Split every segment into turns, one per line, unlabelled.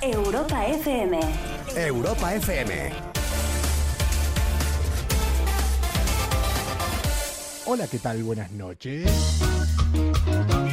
Europa FM.
Europa FM. Hola, ¿qué tal? Buenas noches.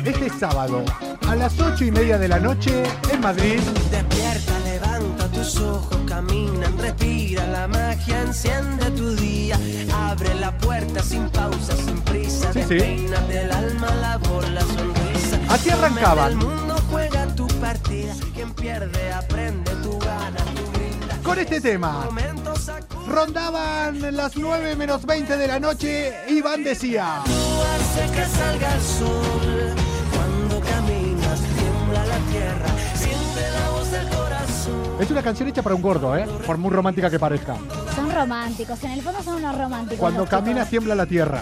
Este sábado, a las ocho y media de la noche, en Madrid,
Despierta, levanta tus ojos, camina, respira la magia, enciende tu día, abre la puerta sin pausa, sin prisa,
Sí, sí.
despeina del alma la bola, sonrisa.
Así arrancaban.
El mundo juega tu partida, quien pierde aprende, tú ganas, tú brindas.
con este tema.
Momentos sacudas,
Rondaban las 9 menos 20 de la noche, Iván decía.
hace que salga el sol. Cuando caminas, tiembla la tierra, siente la voz del corazón.
Es una canción hecha para un gordo, ¿eh? Por muy romántica que parezca.
Son románticos, en el fondo son unos románticos.
Cuando
los chicos.
camina tiembla la tierra.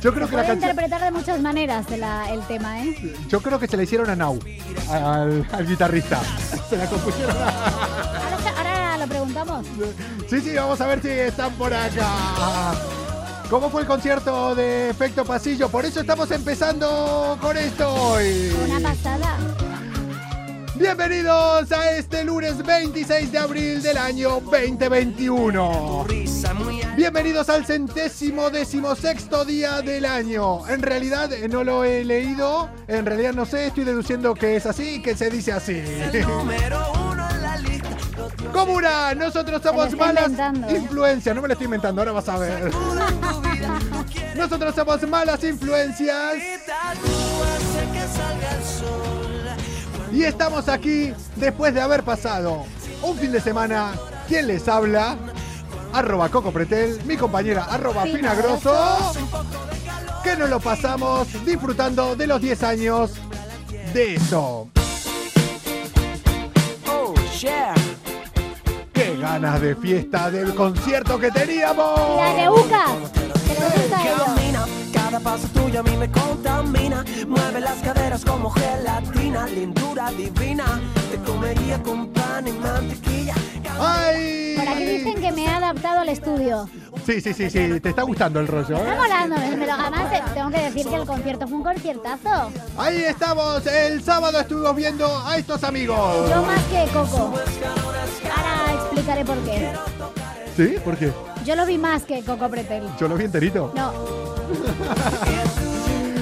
Yo creo que la
Puede
canción...
interpretar de muchas maneras la- el tema, ¿eh?
Yo creo que se la hicieron a Nau, al, al guitarrista. Se la compusieron a...
Ahora, ya- ahora lo preguntamos.
Sí, sí, vamos a ver si están por acá. ¿Cómo fue el concierto de Efecto Pasillo? Por eso estamos empezando con esto hoy.
Una pasada.
Bienvenidos a este lunes 26 de abril del año 2021.
Risa muy alta.
Bienvenidos al centésimo decimosexto día del año. En realidad eh, no lo he leído, en realidad no sé, estoy deduciendo que es así y que se dice así.
El número uno en la lista. Los dioses
Comuna, nosotros
Te
somos
lo está
malas
inventando, ¿eh?
influencias. No me lo estoy inventando, ahora vas a ver.
en tu vida. Tú quieres
Nosotros somos malas influencias
gritar, tú haces que salga el sol.
y estamos aquí después de haber pasado un fin de semana. ¿Quién les habla? Arroba Coco Pretel, mi compañera arroba Fina
Fina
Grosso, que nos lo pasamos disfrutando de los 10 años de eso.
Oh, yeah.
¡Qué ganas de fiesta del concierto que teníamos!
¡La de Ucas! ¿Te lo gusta eso?
Camina, cada paso tuyo a mí me contamina. Mueve las caderas como gelatina, lindura divina. Te comería con pan y mantequilla.
¡Ay!
Por aquí dicen que me he adaptado al estudio.
Sí, sí, sí, sí, te está gustando el rollo, ¿eh?
Está molando, me me lo además eh, tengo que decir que el concierto fue un conciertazo.
Ahí estamos, el sábado estuvimos viendo a estos amigos.
Yo más que Coco. Ahora explicaré por qué.
¿Sí? ¿Por qué?
Yo lo vi más que Coco Pretel.
Yo lo vi enterito.
No.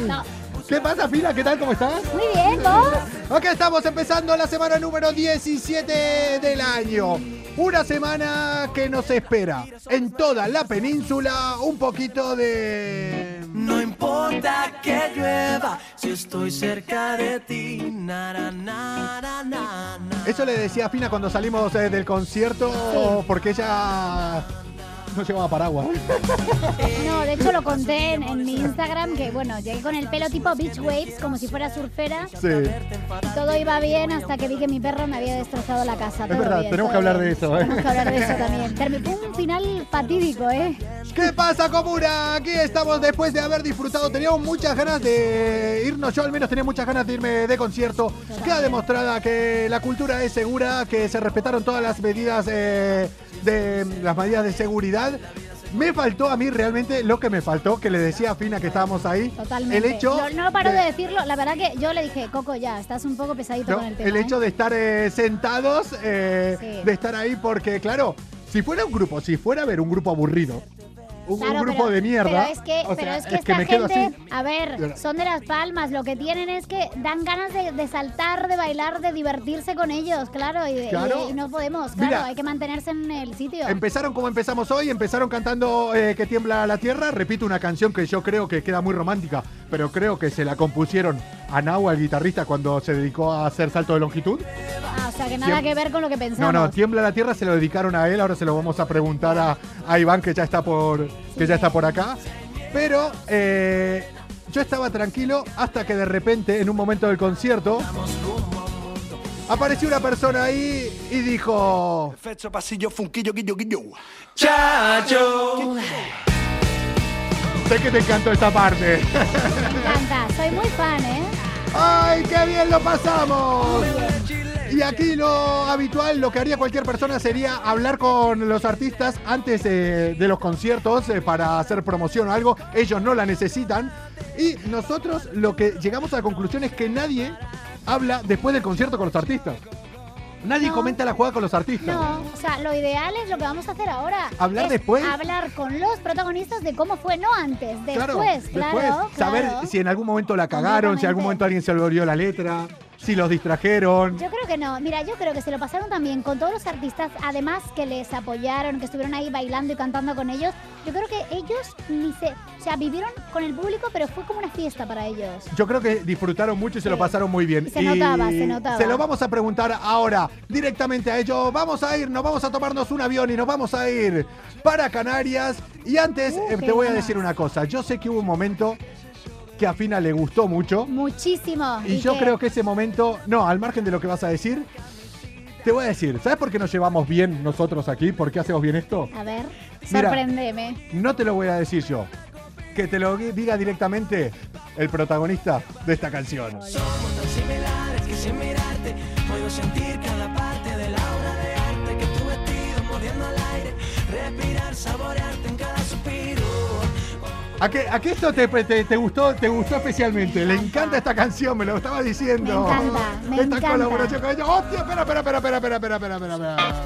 No.
¿Qué pasa, Fila? ¿Qué tal? ¿Cómo estás?
Muy bien, vos.
Acá estamos empezando la semana número 17 del año. Una semana que nos espera en toda la península un poquito de...
No importa que llueva, si estoy cerca de ti. Na, na, na, na, na, na.
Eso le decía a Fina cuando salimos eh, del concierto porque ella no llevaba paraguas.
No, de hecho lo conté en, en mi Instagram que bueno, llegué con el pelo tipo beach waves, como si fuera surfera.
Sí.
y Todo iba bien hasta que vi que mi perro me había destrozado la casa.
Es
Todo
verdad,
bien,
tenemos
todo
que hablar
bien.
de eso, ¿eh?
Tenemos que hablar de eso también. Terminó un final fatídico, ¿eh?
¿Qué pasa, comuna? Aquí estamos después de haber disfrutado. Teníamos muchas ganas de irnos. Yo al menos tenía muchas ganas de irme de concierto. Queda demostrada que la cultura es segura, que se respetaron todas las medidas eh, de las medidas de seguridad. Me faltó a mí realmente lo que me faltó, que le decía a Fina que estábamos ahí.
Totalmente.
El hecho.
No, no paro de
de-
decirlo. La verdad que yo le dije, Coco, ya, estás un poco pesadito
¿no?
con el tema.
el
¿eh?".
hecho de estar eh, sentados, eh,
Sí.
de estar ahí, porque claro, si fuera un grupo, si fuera a ver un grupo aburrido, un,
Claro,
un grupo
pero-
de mierda.
Pero es que,
o
pero
sea,
es que esta
me quedo
gente,
así.
a ver, son de las palmas. Lo que tienen es que dan ganas de, de saltar, de bailar, de divertirse con ellos, claro. Y, y-
Claro.
y no podemos,
Mira.
claro. hay que mantenerse en el sitio.
Empezaron como empezamos hoy, empezaron cantando eh, Que tiembla la tierra. Repito una canción que yo creo que queda muy romántica, pero creo que se la compusieron a Nahua, el guitarrista, cuando se dedicó a hacer salto de longitud.
Ah, o sea, que nada
Tiemp-
que ver con lo que
No,
pensamos.
no, tiembla la tierra se lo dedicaron a él, ahora se lo vamos a preguntar a, a Iván que ya está por que ya está por acá. Pero eh, yo estaba tranquilo hasta que de repente, en un momento del concierto, apareció una persona ahí y dijo.
Fecho, pasillo, funquillo, guillo, guillo.
Chacho.
Sé que te encantó esta parte.
Me encanta, soy muy fan, ¿eh?
¡Ay, qué bien lo pasamos! Y aquí lo habitual, lo que haría cualquier persona sería hablar con los artistas antes eh, de los conciertos eh, para hacer promoción o algo. Ellos no la necesitan. Y nosotros lo que llegamos a la conclusión es que nadie habla después del concierto con los artistas. Nadie
No.
comenta la jugada con los artistas.
No, o sea, lo ideal es lo que vamos a hacer ahora.
¿Hablar
Es
después?
Hablar con los protagonistas de cómo fue, no antes, después,
Claro,
claro. claro.
saber si en algún momento la cagaron, si en algún
Completamente.
momento alguien se olvidó la letra, si los distrajeron.
Yo creo que no. Mira, yo creo que se lo pasaron también con todos los artistas, además que les apoyaron, que estuvieron ahí bailando y cantando con ellos. Yo creo que ellos ni se. O sea, vivieron con el público, pero fue como una fiesta para ellos.
Yo creo que disfrutaron mucho y se lo
Sí.
pasaron muy bien.
Y se notaba, se notaba.
Se lo vamos a preguntar ahora directamente a ellos. Vamos a ir, nos vamos a tomarnos un avión y nos vamos a ir para Canarias. Y antes
Uh,
eh,
qué
te voy a
ganas.
decir una cosa. Yo sé que hubo un momento que a Fina le gustó mucho.
Muchísimo.
Y yo creo que ese momento, no, al margen de lo que vas a decir, te voy a decir, ¿sabes por qué nos llevamos bien nosotros aquí? ¿Por qué hacemos bien esto?
A ver,
Mira.
sorprendeme.
No te lo voy a decir yo. Que te lo diga directamente el protagonista de esta canción.
Somos tan similares que sin mirarte puedo sentir cada parte de la obra de arte que tu vestido mordiendo al aire, respirar, saborearte en cada suspiro.
¿A qué, a qué esto te, te- te gustó, te gustó especialmente? Le encanta esta canción, me lo estaba diciendo.
Me encanta, me
esta
encanta.
colaboración con ella. ¡Hostia! Espera, espera, espera, espera, espera, espera, espera, espera, espera.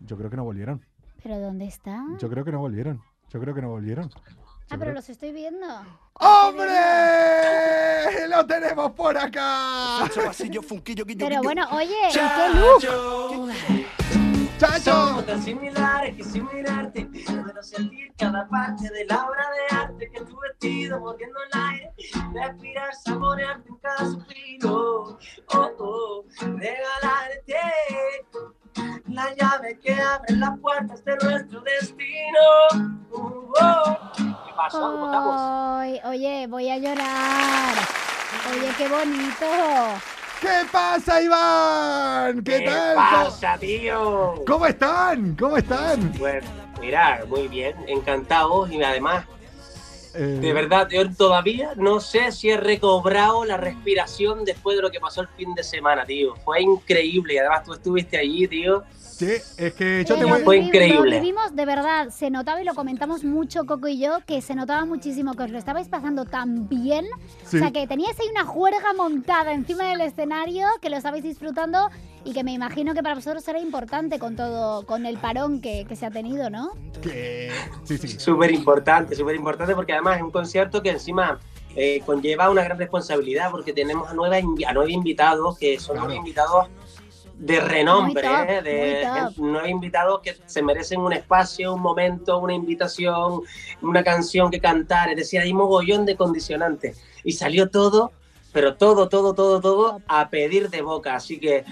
Yo creo que no volvieron.
¿Pero dónde está?
Yo creo que no volvieron. Yo creo que no volvieron. Yo
ah, pero
creo-
los estoy viendo.
¡Hombre! ¡Lo tenemos por acá!
Ese pasillo funky, yo, yo,
Pero
yo.
bueno, oye, ¿y qué look?
¡Chacho!
Somos tan similares que sin mirarte puedo sentir cada parte de la obra de arte que tu vestido mordiendo el aire, respirar, saborearte en cada suspiro. Oh, oh, regalarte la llave que abre las puertas de nuestro destino. Uh, oh. ¿Qué pasó? ¿Cómo
Ah.
estamos?
Ay, oye, voy a llorar. Oye, qué bonito.
¿Qué pasa, Iván? ¿Qué, tal?
pasa, tío?
¿Cómo están? ¿Cómo están?
Pues, mirar, muy bien, encantados y además
Eh,
De verdad, yo todavía no sé si he recobrado la respiración después de lo que pasó el fin de semana, tío. Fue increíble. Y además tú estuviste allí, tío.
Sí, Eh, es que yo
Eh,
te
lo
voy...
Fue
vivi-
increíble.
Lo vivimos, de verdad, se notaba y lo comentamos mucho Coco y yo, que se notaba muchísimo que os lo estabais pasando tan bien.
Sí.
O sea, que teníais ahí una juerga montada encima del escenario, que lo estabais disfrutando y que me imagino que para vosotros era importante con todo, con el parón que, que se ha tenido, ¿no?
que- Sí, sí.
Súper importante, súper importante porque además es un concierto que encima eh, conlleva una gran responsabilidad porque tenemos a, nueva invi- a nueve invitados que son
Claro.
nueve invitados de renombre,
Muy top,
eh, de
muy top.
gente- nueve invitados que se merecen un espacio, un momento, una invitación, una canción que cantar, es decir, hay mogollón de condicionantes y salió todo, pero todo, todo, todo, todo a pedir de boca, así que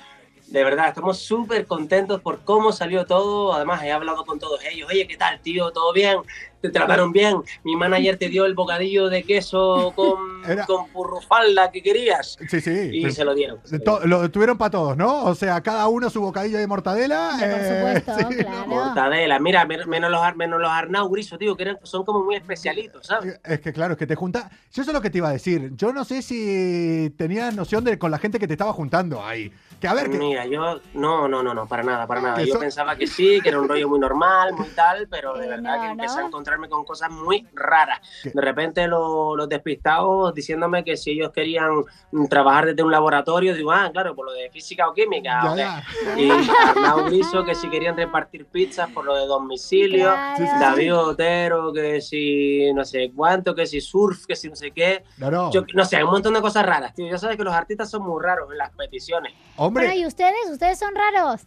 de verdad, estamos súper contentos por cómo salió todo. Además, he hablado con todos ellos. Oye, ¿qué tal, tío? ¿Todo bien? ¿Te trataron bien? Mi manager te dio el bocadillo de queso con,
Era-
con purrufalda que querías.
Sí, sí.
Y se lo dieron.
De to- lo tuvieron para todos, ¿no? O sea, cada uno su bocadillo de mortadela.
Por
eh,
supuesto,
sí.
claro.
Mortadela, mira, men- menos los, ar- menos los Arnau Griso, tío, que eran- son como muy especialitos, ¿sabes?
Es que claro, es que te junta. Yo eso es lo que te iba a decir. Yo no sé si tenías noción de con la gente que te estaba juntando ahí. Que a ver, que,
Mira, yo no, no, no, no, para nada, para nada.
Que
Yo
son-
pensaba que sí, que era un rollo muy normal, muy tal, pero de
Eh,
verdad que
no,
empecé
¿no?
a encontrarme con cosas muy raras.
¿Qué?
De repente lo- los despistados diciéndome que si ellos querían mm, trabajar desde un laboratorio, digo, ah, claro, por lo de física o química.
ya,
ok.
ya.
Y Arnau Griso que si querían repartir pizzas por lo de domicilio.
Sí, sí, sí.
David Otero, que si no sé cuánto, que si surf, que si no sé qué.
No,
Oh.
no.
Yo, no sé, hay un montón de cosas raras, tío. Ya sabes que los artistas son muy raros en las peticiones.
Hombre,
Bueno, ¿y ustedes? ¿Ustedes son raros?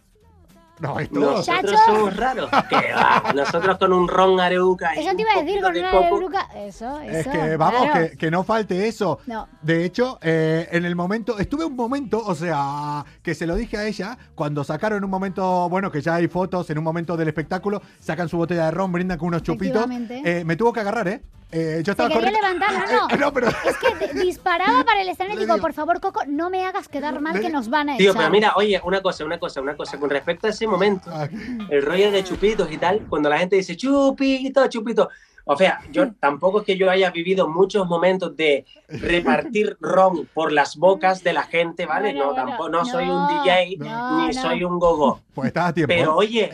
no, es todo.
Nosotros
Chacho.
somos raros. ¿Qué va? Nosotros con un ron areuca. y
Eso te iba a
un
decir
poquito
con
de
una
coco.
de Bruca. Eso, eso.
Es que vamos,
claro.
que, que no falte eso.
No.
De hecho, eh, en el momento, estuve un momento, o sea, que se lo dije a ella, cuando sacaron un momento, bueno, que ya hay fotos en un momento del espectáculo, sacan su botella de ron, brindan con unos chupitos.
Efectivamente.
Eh, me tuvo que agarrar, ¿eh? Eh, yo
Se
estaba
quería
corriendo-
levantar, no,
Eh,
no.
no, pero
Es que te- disparaba para el escenario y
Le
digo,
digo-
por favor, Coco, no me hagas quedar mal
Le
que
digo-
nos van a
Tío,
echar.
pero mira, oye, una cosa, una cosa, una cosa. Con respecto a ese momento,
Ah,
el rollo de chupitos y tal, cuando la gente dice chupito, chupito. O sea, yo tampoco es que yo haya vivido muchos momentos de repartir ron por las bocas de la gente, ¿vale?
No, no,
No,
no,
tampoco,
no.
no soy un DJ
No,
ni
no.
soy un gogo.
Pues estás a tiempo.
Pero
¿eh?
oye,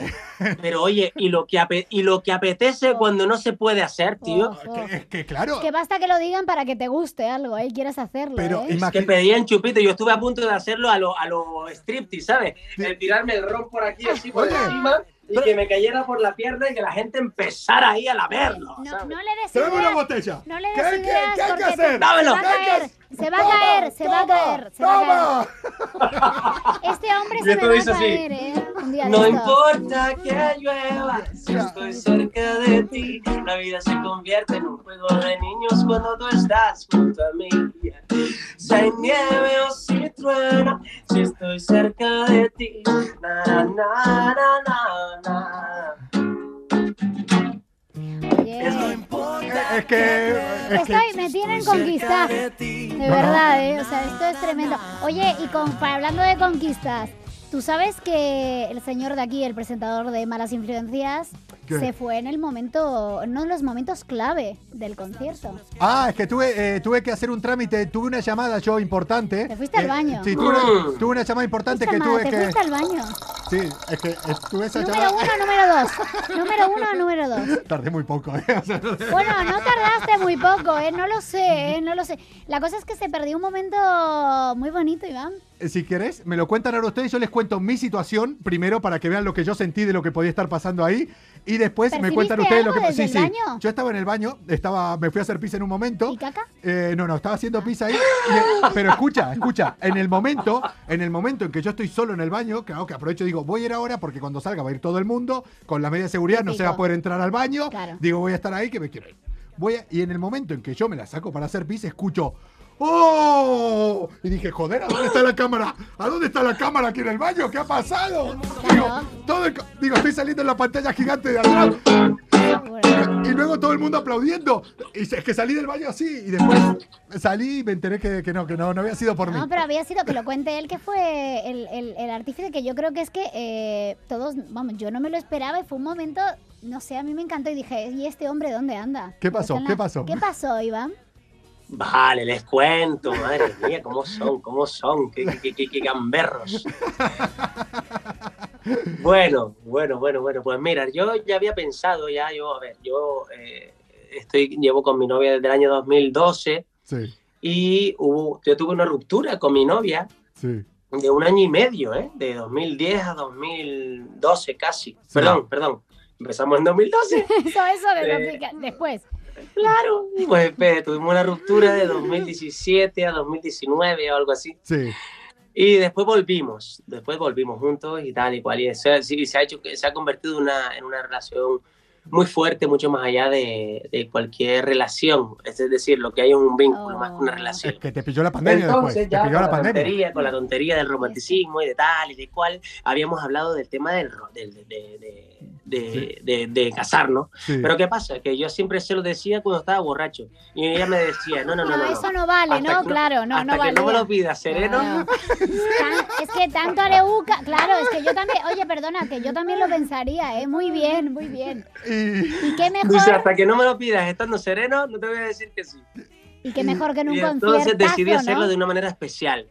pero oye, y lo que ape- y lo que apetece cuando no se puede hacer, tío.
Ojo.
Ah, Que- Es que claro,
Que basta que lo digan para que te guste algo, ¿eh? Y quieras hacerlo,
Pero
¿eh?
ima-
Que pedían chupito, yo estuve a punto de hacerlo a los a lo striptease, ¿sabes?
Sí.
El tirarme el ron por aquí, así por
Oye,
encima, y
pero-
que me cayera por la pierna y que la gente empezara ahí a lamerlo,
No,
¿sabes?
no le des
Tráeme una
ideas,
botella.
no le
¿Qué-
des
qué-
ideas
qué hay que
porque te-
hacer?
se
Dámelo.
va a caer, se va a caer, se va a caer, se va a caer.
Toma,
Este hombre
Y
se me
esto
va a
dice así,
caer, ¿eh? Un día de
No
estos.
importa que llueva, si estoy cerca de ti, la vida se convierte en un juego de niños cuando tú estás junto a mí. Si hay nieve o si truena, si estoy cerca de ti, na na na na na.
Oye,
toma. Es que. Es que
Estoy, me tienen conquistada. De verdad, ¿eh? O sea, esto es tremendo. Oye, y con, pa- hablando de conquistas, tú sabes que el señor de aquí, el presentador de Malas Influencias,
¿Qué?
se fue en el momento, no en los momentos clave del concierto.
Ah, es que tuve, eh, tuve que hacer un trámite, tuve una llamada yo importante.
Te fuiste al
Eh,
baño.
Sí, tuve, una-
Mm.
tuve una llamada importante que
Chama,
tuve
te
que.
fuiste al baño.
Sí, es que eh, tuve esa
Número
llamada.
uno, número dos. Número uno, número dos.
Tardé muy poco, eh, o sea, no sé.
Bueno, no tardaste muy poco, ¿eh? No lo sé, ¿eh? No lo sé. La cosa es que se perdió un momento muy bonito, Iván.
Si querés, me lo cuentan ahora ustedes. Yo les cuento mi situación primero para que vean lo que yo sentí de lo que podía estar pasando ahí. Y después me
¿Percibiste
cuentan ustedes lo
algo
que
desde el baño?
Yo estaba en el baño, estaba, me fui a hacer pis en un momento.
¿Y caca?
Eh, no, no, estaba haciendo pizza ahí. Y- pero escucha, escucha, en el momento, en el momento en que yo estoy solo en el baño, claro que aprovecho y digo, voy a ir ahora porque cuando salga va a ir todo el mundo, con la media de seguridad no se va a
Típico.
poder entrar al baño.
Claro.
Digo, voy a estar ahí que me quiero ir. Voy a- y en el momento en que yo me la saco para hacer pis, escucho, ¡Oh! Y dije, joder, ¿a dónde está la cámara? ¿A dónde está la cámara aquí en el baño? ¿Qué ha pasado? Digo,
Claro.
todo el co- digo, estoy saliendo en la pantalla gigante de atrás.
Seguro.
Y luego todo el mundo aplaudiendo. Y se- es que salí del baño así. Y después salí y me enteré que, que no, que no, no había sido por mí.
No, pero había sido que lo cuente él, que fue el, el- el artífice, que yo creo que es que eh, todos, vamos, yo no me lo esperaba y fue un momento, no sé, a mí me encantó y dije, ¿y este hombre dónde anda?
¿Qué pasó?
Está en
¿Qué pasó?
¿Qué pasó, Iván?
Vale, les cuento, madre mía, cómo son, cómo son, qué, qué- qué- qué- qué gamberros. Bueno, bueno, bueno, bueno, pues mira, yo ya había pensado, ya yo, a ver, yo eh, estoy, llevo con mi novia desde el año 2012
Sí,
y hubo, yo tuve una ruptura con mi novia
sí.
de un año y medio, ¿eh? De 2010 a 2012 casi. Perdón, perdón, empezamos en 2012.
Eso, eso que
Eh,
complica. Después.
Claro, pues eh, tuvimos una ruptura de 2017 a 2019 o algo así.
Sí.
Y después volvimos, después volvimos juntos y tal y cual. Y eso, sí, se ha, hecho, se ha convertido una- en una relación muy fuerte, mucho más allá de, de cualquier relación. Es decir, lo que hay es un vínculo
Oh.
más que una relación.
Es que te pilló la pandemia
Entonces
después.
ya
Te
con
pilló la
la,
pandemia.
tontería, con la tontería del romanticismo y de tal y de cual, habíamos hablado del tema del, ro- del- de, de- de-
Sí.
de- de casarnos.
Sí.
Pero ¿qué pasa? Que yo siempre se lo decía cuando estaba borracho. Y ella me decía, no, no,
No,
no, no.
Ah, eso no vale,
Hasta
¿no?
que
claro, no,
hasta
no
que
vale.
no me lo pidas, sereno.
Claro. Tan- es que tanto Areuca, claro, es que yo también, oye, perdona, que yo también lo pensaría, ¿eh? Muy bien, muy bien.
Y-
Y qué
Dice,
mejor,
hasta que no me lo pidas estando sereno, no te voy a decir que sí.
y qué mejor que en un
Y
concierto.
entonces decidí hacerlo
¿no?
de una manera especial.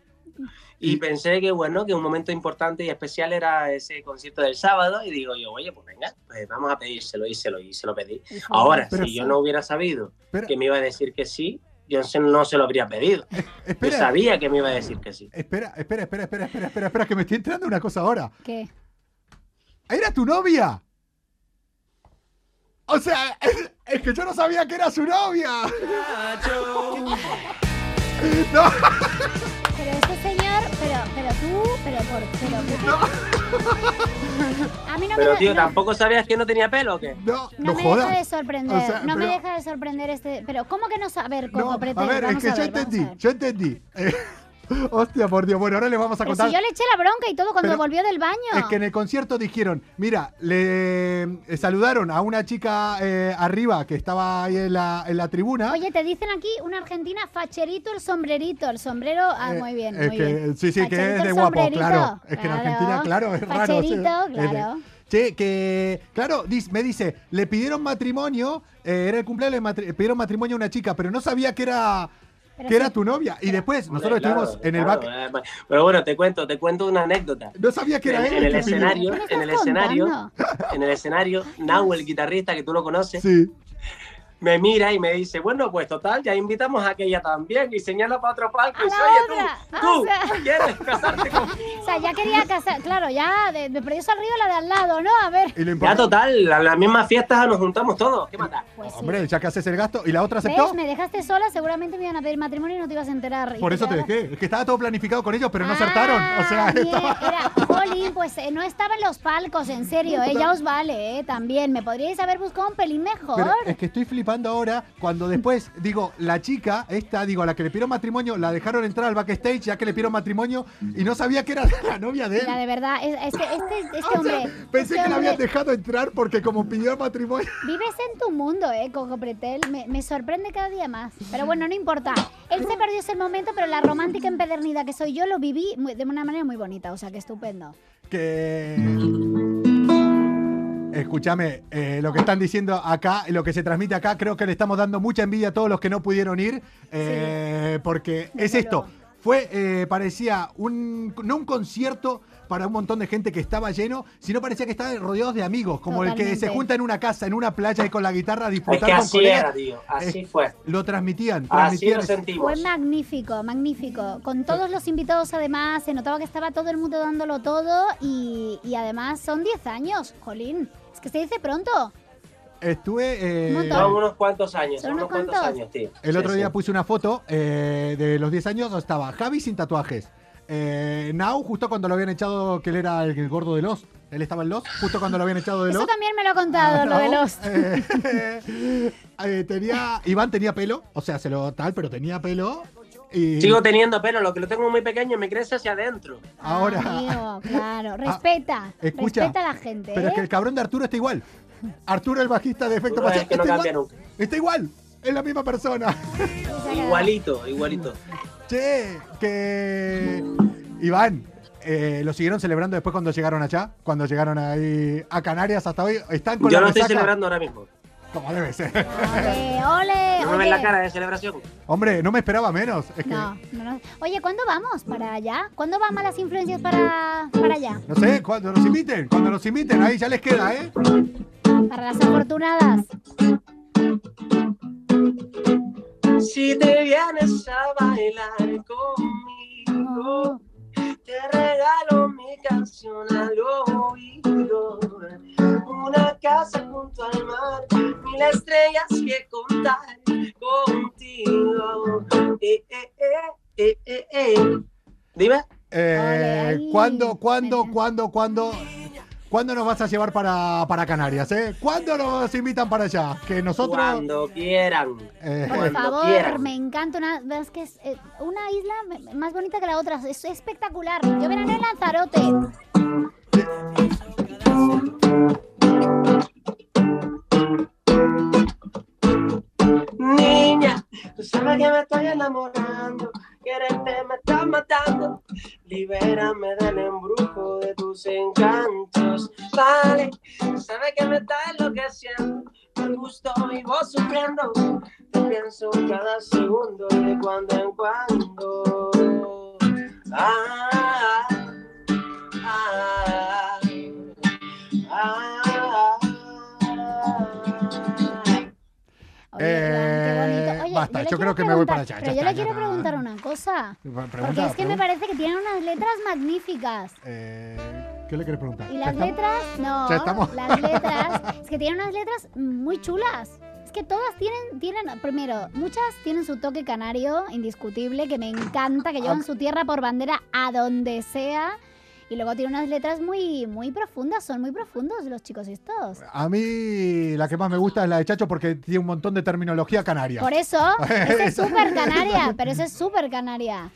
Y
Y-
pensé que, bueno, que un momento importante y especial era ese concierto del sábado. Y digo yo, oye, pues venga, pues vamos a pedírselo y se lo, y se lo pedí.
Hijo,
Ahora,
Pero-
si yo no hubiera sabido
Pero-
que me iba a decir que sí, yo se- no se lo habría pedido. Yo
espera,
sabía que me iba a decir que sí.
espera, espera, espera, espera, espera, espera, espera, que me estoy enterando de una cosa ahora.
¿Qué?
¡Era tu novia! O sea, es, es que yo no sabía que era su novia. No,
Pero este señor, pero, pero tú, pero por, pero, A mí no
Pero
me,
tío,
no,
¿tampoco sabías que no tenía pelo o qué?
no, no
no me deja de
jodas.
sorprender,
O sea,
no me
pero-
deja de sorprender este, pero ¿cómo que no saber
No,
cómo
a
pretende?
ver, es
Vamos
que
a
yo
ver, vamos a
entendí,
ver.
yo entendí. Eh, hostia, por Dios. Bueno, ahora les vamos a
Pero
contar.
si yo le eché la bronca y todo cuando
Pero-
volvió del baño.
Es que en el concierto dijeron, mira, le eh, saludaron a una chica eh, arriba que estaba ahí en la, en la tribuna.
Oye, te dicen aquí una argentina facherito el sombrerito, el sombrero, ah,
Eh,
muy bien,
es
muy
que-
bien.
Sí, sí, que
Facherito
es de
el
guapo,
sombrerito,
claro. Es que en Argentina, claro, es raro.
Facherito,
sí. Es de-
claro.
Che, que, claro, dis- me dice, le pidieron matrimonio, eh, era el cumpleaños, le matri- pidieron matrimonio a una chica, pero no sabía que era,
Pero
que era
sí.
tu novia. Y después nosotros
Claro,
estuvimos en el
claro,
back.
eh, Pero bueno, te cuento, te cuento una anécdota.
No sabía que era
en,
él.
en el
que pidió.
escenario,
¿Qué me
en el
estás
escenario,
contando?
en el escenario, Nau, el guitarrista que tú lo conoces,
Sí.
me mira y me dice, bueno, pues total, ya invitamos a aquella también y señala para otro palco
A
y
la
dice, oye,
otra,
tú,
o
tú,
sea.
¿quieres casarte conmigo?
O sea, ya quería casar. Claro, ya de, de Periodista al Río la de al lado, ¿no? A ver.
Y lo
Ya
importante,
total, a las mismas fiestas nos juntamos todos, ¿qué mata?
Pues sí.
hombre, ya que haces el gasto. ¿Y la otra
¿Ves?
aceptó?
Me dejaste sola, seguramente me iban a pedir matrimonio y no te ibas a enterar. Y
Por eso te
quedabas-
dejé. Es que estaba todo planificado con ellos, pero no acertaron. O sea,
Ah, bien,
estaba-
era, jolín, pues eh, no estaba en los palcos, en serio, eh, ya os vale, eh, también. Me podríais haber buscado un pelín mejor.
Pero es que estoy flipando ahora cuando después, digo, la chica, esta, digo, a la que le pidieron matrimonio, la dejaron entrar al backstage ya que le pidieron matrimonio y no sabía que era la novia de él.
Mira, de verdad, es, es que este,
O
este
sea,
hombre.
pensé
este
que la habían
hombre-
dejado entrar porque como pidió matrimonio.
Vives en tu mundo, eh, Coco Pretel. Me, me sorprende cada día más. Pero bueno, no importa. Él se perdió ese momento, pero la romántica empedernida que soy yo lo viví muy- de una manera muy bonita. O sea, que estupendo.
Que. Escúchame, eh, lo que están diciendo acá, lo que se transmite acá, creo que le estamos dando mucha envidia a todos los que no pudieron ir, eh, porque es
Desde
esto.
luego.
Fue, eh, parecía un, no un concierto para un montón de gente que estaba lleno, sino parecía que estaban rodeados de amigos, como el que se
Totalmente.
junta en una casa, en una playa y con la guitarra a disfrutar
Es que
con
así
colegas.
era, tío, así
Es-
fue,
Lo transmitían,
así
transmitían.
lo sentimos.
Fue magnífico, magnífico. Con todos los invitados además, se notaba que estaba todo el mundo dándolo todo y, y además son 10 años, jolín. Es que se dice pronto.
Estuve. eh,
Un montón.
Son unos cuantos años,
Son
son unos
unos
cuantos
cuantos.
años, tío.
El
Sí,
otro día
sí.
puse una foto eh, de los 10 años, estaba Javi sin tatuajes. Eh, Nau, justo cuando lo habían echado, que él era el, el gordo de Lost. Él estaba en Lost, justo cuando lo habían echado de
Eso
Lost.
también me lo ha contado, lo de
Nau,
los...
eh, eh, tenía, Iván tenía pelo, o sea, se lo tal, pero tenía pelo. Y
Sigo teniendo pelo, lo que lo tengo muy pequeño me crece hacia adentro.
ahora. Ah,
Amigo, claro. Respeta.
escucha,
respeta a la gente.
Pero es que
¿eh?
el cabrón de Arturo está igual. Arturo, el bajista de efecto
Arturo es
Pasillo,
que no
está,
cambia
igual,
nunca.
está igual. Es la misma persona.
Igualito, igualito.
Che, que. Iván, eh, lo siguieron celebrando después cuando llegaron allá, cuando llegaron ahí a Canarias hasta hoy. Están con
Yo
la
lo estoy
resaca?
celebrando ahora mismo.
Como debe ser.
Ole, ole,
Eh,
¿No me ves la
ole.
cara de celebración?
Hombre, no me esperaba menos. Es que,
No,
no.
no, no. Oye, ¿cuándo vamos para allá? ¿Cuándo van malas influencias para, para allá?
sé, cuando nos inviten, cuando nos inviten, ahí ya les queda, ¿eh?
Para las afortunadas.
Si te vienes a bailar
Oh,
conmigo, te regalo mi canción al oído. Una casa junto al mar, mil estrellas que contar contigo. Eh, eh, eh, eh, eh, eh. Dime.
Eh,
Ole, ahí.
¿Cuándo, cuándo,
Ahí.
cuándo, cuándo? ¿Cuándo nos vas a llevar para, para Canarias, eh? ¿Cuándo nos invitan para allá? Que nosotros.
Cuando quieran.
Eh,
Por
Cuando
favor,
quieran.
me encanta una, es que es, eh, una isla me- más bonita que la otra, es espectacular. Yo verano en Lanzarote.
Niña, tú sabes que me estoy enamorando, quererte me está matando. Libérame del embrujo de tus encantos. Vale, tú sabes que me está enloqueciendo, por gusto vivo sufriendo. Te pienso cada segundo de cuando en cuando. Ah, ah, ah, ah.
Oye, Iván,
Eh,
qué bonito. Oye,
basta,
le
yo
quiero
creo que me voy
preguntar-
para allá, ya
Pero
está,
yo le
ya
quiero
está.
preguntar una cosa.
pregunta,
Porque es que me
pregunta.
parece que tienen unas letras magníficas.
Eh, ¿Qué le querés preguntar?
Y
Ya
las
estamos.
letras, no.
Ya estamos.
Las letras, es que tienen unas letras muy chulas. Es que todas tienen, tienen, primero, muchas tienen su toque canario indiscutible, que me encanta, que llevan su tierra por bandera a donde sea. Y luego tienen unas letras muy, muy profundas, son muy profundos los chicos estos.
A mí la que más me gusta es la de Chacho porque tiene un montón de terminología canaria.
Por eso, esa es súper canaria, pero esa es súper canaria.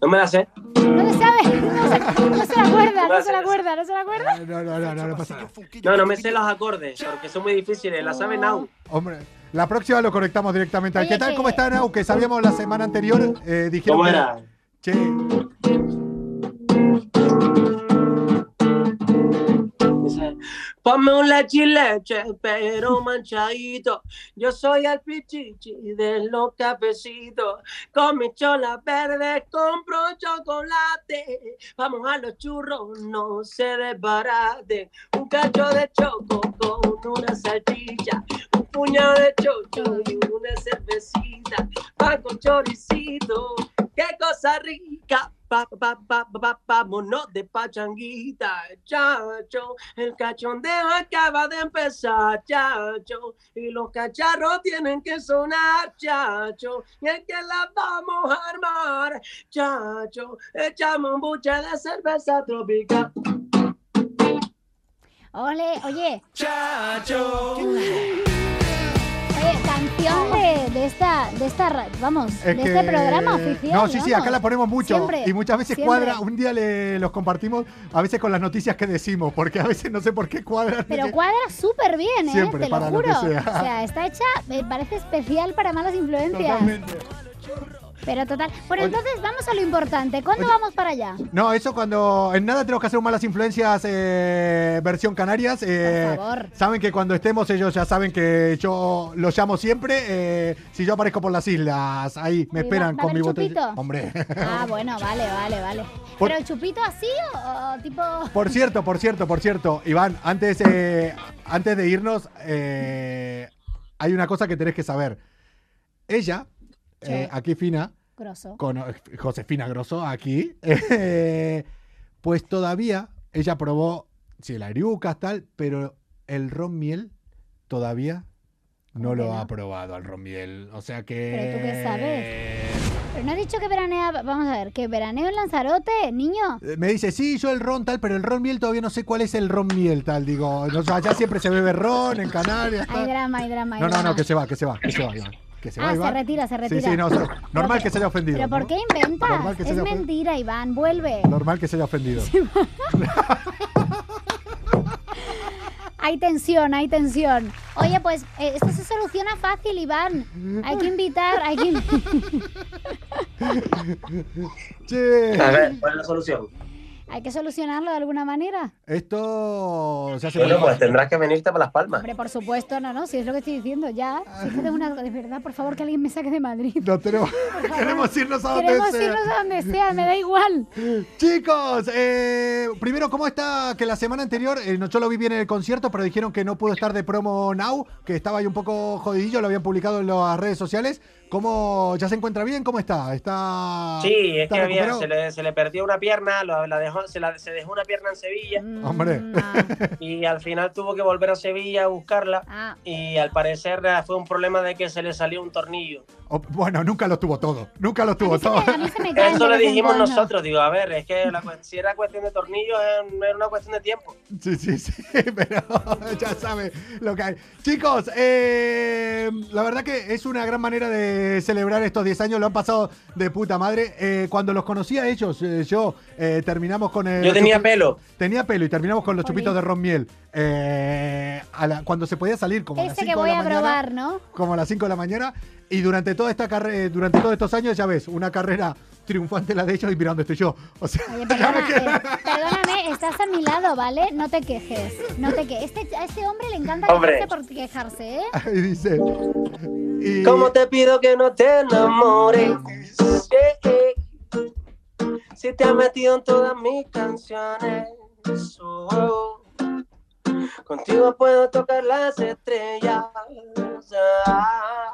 No me la sé.
No se sabe, no se, no se la acuerda, no
Gracias.
se la acuerda, no se la acuerda.
Eh, No, no, no, no, no pasa nada.
No, no me sé los acordes, porque son muy difíciles. La sabe Nau.
Hombre, la próxima lo conectamos directamente.
Oye,
¿Qué tal?
que-
¿Cómo están? Aunque sabíamos la semana anterior, eh, dijeron
¿Cómo
que-
era?
Che,
Dice, Ponme un leche y leche, pero manchadito. Yo soy el pichichi de los cafecitos. Con mis cholas verdes compro chocolate. Vamos a los churros, no se desbarate. Un cacho de choco con una salchicha. Un puñado de chocho y una cervecita. Pan con choricito, qué cosa rica. Pa, pa, pa, pa, pa, vámonos de pachanguita, chacho. El cachondeo acaba de empezar, chacho. Y los cacharros tienen que sonar, chacho. Y es que la vamos a armar, chacho. Echamos un buche de cerveza tropical.
Ole, oye,
Chacho.
oye, canción de, de esta, de esta, ra- vamos,
Es
de
que-
este programa oficial.
No, sí, sí,
vamos.
acá la ponemos mucho.
Siempre,
y muchas veces
siempre.
cuadra, un día le, los compartimos, a veces con las noticias que decimos, porque a veces no sé por qué cuadra.
Pero cuadra súper bien, ¿eh?
Siempre,
Te lo
para lo
juro.
que sea.
O sea, está hecha, me parece especial para malas influencias.
Totalmente.
Pero total.
Oye.
Bueno, entonces vamos a lo importante. ¿Cuándo vamos para allá?
No, eso cuando. En nada tenemos que hacer un malas influencias eh, versión Canarias. eh,
favor.
Saben que cuando estemos, ellos ya saben que yo los llamo siempre. eh, si yo aparezco por las islas, ahí me
¿Y va-
esperan
va a
con mi
haber
botella.
chupito?
Hombre.
Ah, bueno, vale, vale, vale.
Por-
¿Pero chupito así o, o tipo.?
Por cierto, por cierto, por cierto, Iván, antes, eh, antes de irnos, eh, hay una cosa que tenés que saber. Ella,
Sí.
eh, aquí Fina,
Grosso.
con eh, Josefina Grosso, aquí, eh, pues todavía ella probó, si la eriucas, tal, pero el ron miel todavía no
¿Cómo que
lo
no?
ha probado al ron miel. O sea que...
¿Pero tú qué sabes? Pero no has dicho que veranea. Vamos a ver, que veraneo en Lanzarote, niño.
Eh, Me dice, sí, yo el ron tal, pero el ron miel todavía no sé cuál es el ron miel tal. Digo, no, o sea, allá siempre se bebe ron en Canarias.
Hay
tal.
drama, hay drama. hay
No, no,
drama.
no, que se va, que se va, que se va, Iván. Que se va,
Ah,
Iván.
se retira, se retira.
Sí, sí, no, se- normal
Pero-
que se haya ofendido.
¿Pero por
¿no?
qué inventas?
Normal que se
Es
haya ofendido.
mentira, Iván. Vuelve.
Normal que se haya ofendido.
Hay tensión, hay tensión. Oye, pues eh, esto se soluciona fácil, Iván. Hay que invitar, hay que
Che,
A ver, ¿cuál es la solución?
Hay que solucionarlo de alguna manera.
esto se hace muy
Bueno, pues
fácil.
tendrás que venirte para Las Palmas.
Hombre, por supuesto, no, no, si es lo que estoy diciendo, ya. Si es que tengo una... De verdad, por favor, que alguien me saque de Madrid.
No tenemos- queremos irnos a donde
Queremos
sea.
irnos a donde sea, me da igual.
Chicos, eh, primero, ¿cómo está? Que la semana anterior, eh, no, yo lo vi bien en el concierto, pero dijeron que no pudo estar de promo now, que estaba ahí un poco jodidillo, lo habían publicado en las redes sociales. ¿Cómo ya se encuentra bien? ¿Cómo está? ¿Está
Sí, es
está
que había-
recuperado?
se, le, se le perdió una pierna, lo- la dejó, se, la- se dejó una pierna en Sevilla
Hombre.
Mm, ah,
y al final tuvo que volver a Sevilla a buscarla
ah,
y al parecer eh, fue un problema de que se le salió un tornillo.
O- Oh, bueno, nunca lo tuvo todo, nunca lo
a, mí
tuvo
se
todo.
me, a mí se me caen
Eso
de
le
vez en
dijimos
cuando.
nosotros, digo, a ver, es que la cuest- si era cuestión de tornillos, eh, no era una cuestión de tiempo.
Sí, sí, sí, pero ya sabe lo que hay. Chicos, eh, la verdad que es una gran manera de celebrar estos 10 años, lo han pasado de puta madre. Eh, cuando los conocí a ellos, eh, yo eh, terminamos con el...
Yo tenía pelo.
Tenía pelo y terminamos con los
Jolín.
chupitos de ron miel. Eh, a la- cuando se podía salir, como a las
Este
5
que
de
voy
la
a
mañana.
probar, ¿no?
Como a las 5 de la mañana. Y durante toda esta carrera, durante todos estos años, ya ves, una carrera triunfante la de ellos y mirando estoy yo. O sea,
Oye, perdona, eh, perdóname, estás a mi lado, ¿vale? No te quejes. No te quejes. Este, a este hombre le encanta
Hombre.
quejarse por quejarse, ¿eh?
y dice. y-
¿Cómo te pido que no te enamores? Eh, eh. Si te has metido en todas mis canciones. oh. Contigo puedo tocar las estrellas. ah.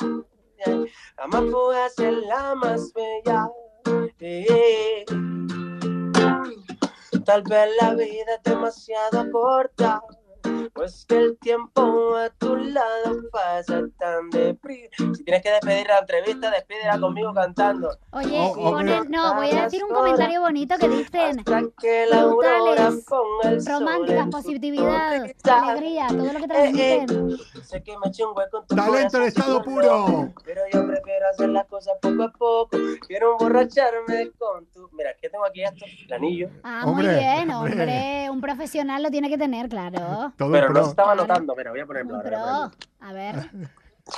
La más fugaz es la más bella. eh. Tal vez la vida es demasiado corta. Pues que el tiempo a tu lado pasa tan deprisa. Si tienes que despedir la entrevista, despídela conmigo cantando.
Oye,
Oh, oh,
ponen-
pero-
no, voy a decir un comentario bonito que dicen.
Hasta que la aurora
brutales,
ponga el sol
Románticas,
en su
positividad,
torreta.
alegría, todo lo que
Eh, eh,
transmiten.
sé que me eché un hueco en tu
Talento en
corazón,
estado
sí,
puro.
Pero yo prefiero hacer las cosas poco a poco. Quiero emborracharme con tu. Mira, ¿qué tengo aquí esto? El anillo.
Ah,
Hombre,
muy bien,
hombre.
hombre. Un profesional lo tiene que tener, claro.
Todo
Pero no
pro.
se estaba
Claro.
anotando. Mira, voy a ponerlo
Un
ahora. voy a ponerlo.
pro. A ver. Bien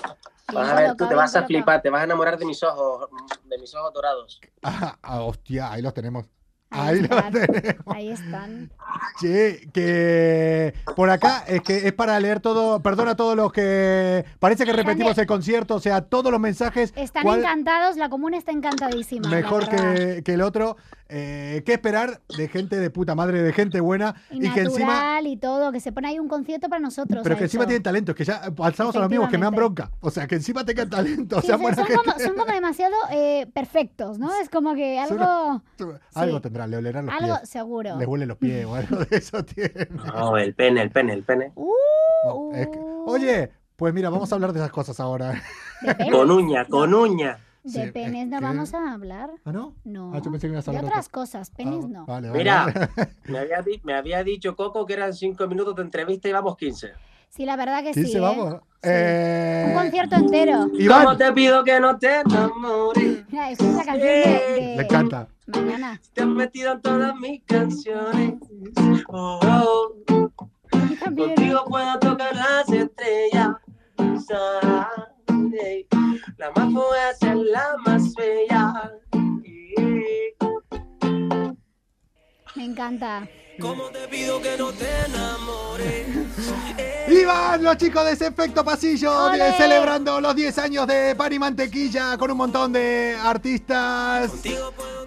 Ah.
Vas a ver, tú
colocado,
te vas a
bien colocado.
flipar, te vas a enamorar de mis ojos, de mis ojos dorados.
Ah, ah, hostia, ahí los tenemos.
Ahí
Ahí lo
están.
tenemos.
Ahí están.
Che, que por acá es que es para leer todo, perdona a todos los que parece que repetimos el concierto, o sea, todos los mensajes.
Están
cuál
encantados, la comuna está encantadísima. la
Mejor
verdad.
que, que el otro. Eh, ¿Qué esperar de gente de puta madre, de gente buena?
Y,
Y, que encima.
natural y todo, que se pone ahí un concierto para nosotros.
Pero
ha
que encima
dicho.
tienen talento, es que ya alzamos a los mismos que me dan
Efectivamente.
bronca. O sea, que encima tengan talento. O
Sí,
sea,
son,
buena
son
gente.
como, son como demasiado eh, perfectos, ¿no? Es como que
Son
algo,
Algo
sí.
tendrán, le olerán los
algo
pies.
seguro.
Les huelen los pies o algo de eso tienen.
No, el pene, el pene, el pene.
Uh,
No, es que-
uh,
Oye, pues mira, vamos a hablar de esas cosas ahora.
De penes,
Con uña, con uña.
Sí,
de
es
penes no
que-
vamos a hablar.
¿Ah, no?
No.
Ah, yo pensé que ibas a
de
hablar de
otras
otra-
cosas, penes
Ah,
no.
Vale, vale,
Mira,
vale.
me había, di- me había dicho Coco que eran cinco minutos de entrevista y vamos 15.
Sí, la verdad que sí.
15,
¿eh?
vamos.
Sí.
Eh,
Un concierto entero.
Iván.
¿Cómo te pido que no te enamores?
Mira, Es una canción de, de-
Eh, Le encanta.
Mañana.
Te has metido en todas mis canciones. Oh, oh.
Y también-
Contigo puedo tocar las estrellas. Ay, La más fuerte es la más bella.
Me encanta.
¿Cómo te pido que no te enamores?
Iván, los chicos de ese efecto pasillo
¡Ole!
de- celebrando los 10 años de Pan y Mantequilla con un montón de artistas.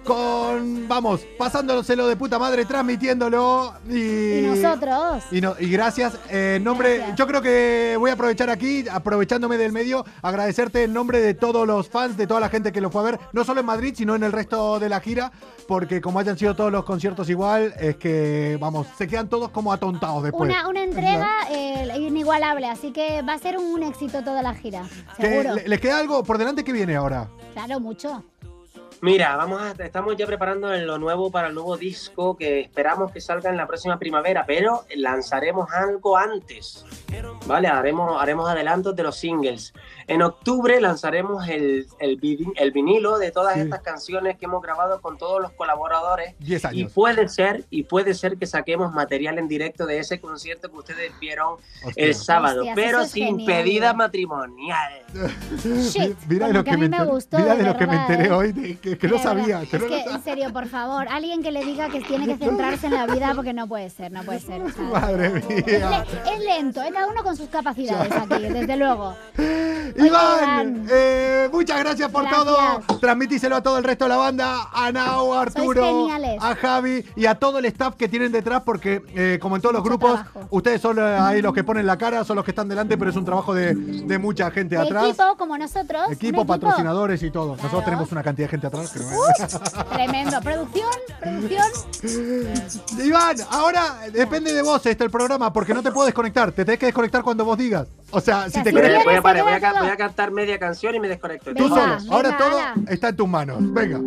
Con, vamos, pasándoselo de puta madre, transmitiéndolo. Y,
Y nosotros.
Y, no- y gracias. eh, en nombre,
Gracias.
yo creo que voy a aprovechar aquí, aprovechándome del medio, agradecerte en nombre de todos los fans, de toda la gente que lo fue a ver, no solo en Madrid, sino en el resto de la gira, porque como hayan sido todos los conciertos igual, es que, vamos, se quedan todos como atontados después. pues,
Una, una entrega eh, inigualable, así que va a ser un éxito toda la gira.
Que
Seguro.
le- ¿Les queda algo por delante que viene ahora?
Claro, mucho.
Mira, vamos a, estamos ya preparando lo nuevo para el nuevo disco que esperamos que salga en la próxima primavera, pero lanzaremos algo antes. Vale, haremos, haremos adelantos de los singles. En octubre lanzaremos el, el, vidi- el vinilo de todas
Sí.
estas canciones que hemos grabado con todos los colaboradores.
10
Y
años.
puede ser, y puede ser que saquemos material en directo de ese concierto que ustedes vieron
Hostia.
el sábado,
Hostias,
pero
eso es
sin
genial.
pedida matrimonial.
Shit,
Mira de
como
lo que,
que a mí
me
me
enteré,
gustó,
mira
de
de lo que me
verdad,
enteré
¿eh?
hoy, de- que, que no
De verdad.
sabía. Que
es
no lo
que, en
sabía.
serio, por favor, alguien que le diga que tiene que centrarse en la vida porque no puede ser, no puede ser. o sea,
Madre
es,
mía.
le- es lento, es cada uno con sus capacidades aquí, desde luego.
Iván,
Iván.
eh, muchas gracias por
Gracias.
todo. Transmitíselo a todo el resto de la banda, a Nao, a Arturo,
geniales.
a Javi y a todo el staff que tienen detrás, porque eh, como en todos los
Mucho
grupos,
trabajo.
ustedes son eh, ahí los que ponen la cara, son los que están delante, pero es un trabajo de, de mucha gente
De
atrás.
equipo como nosotros. un
Equipo, patrocinadores y todo. Nosotros
Claro.
tenemos una cantidad de gente atrás. Pero...
Tremendo. Producción, producción.
Iván, ahora depende de vos este el programa, porque no te puedo desconectar. Te tenés que desconectar cuando vos digas. O sea, si
Ya,
te
si
Voy
querés.
a,
quieres,
voy, a, parar,
se
voy, a,
queda
ca-
todo.
voy a cantar media canción y me desconecto.
Tú
Venga,
solo. Ahora
venga,
todo
ala.
está en tus manos. Venga,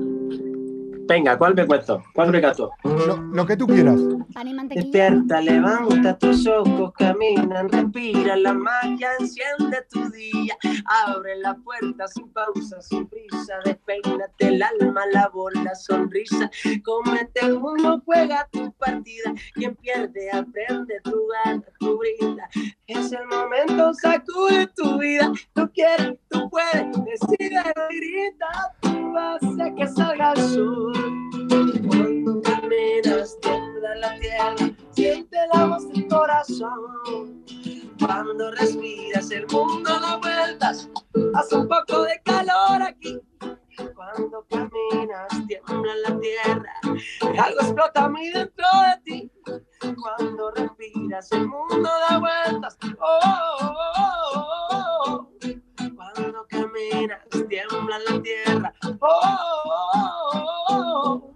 Venga, ¿cuál me cuento? ¿Cuál me canto?
lo, lo que tú quieras.
Pan y mantequilla.
Despierta, levanta tus ojos, caminan, respira la magia, enciende tu día, abre la puerta sin pausa, sin prisa, despeínate el alma, la bola, sonrisa, comete el mundo, juega tu partida, quien pierde aprende, tu gana, tu brinda, es el momento, sacude tu vida, tú quieres, tú puedes, decide, grita, tú haces que salga el sol. Cuando caminas, tiembla la tierra, siente la voz del corazón. Cuando respiras, el mundo da vueltas, hace un poco de calor aquí. Cuando caminas, tiembla la tierra, algo explota a mí dentro de ti. Cuando respiras, el mundo da vueltas. Oh, oh, oh, oh, oh. Cuando caminas, tiembla la tierra. Oh, oh, oh, oh, oh.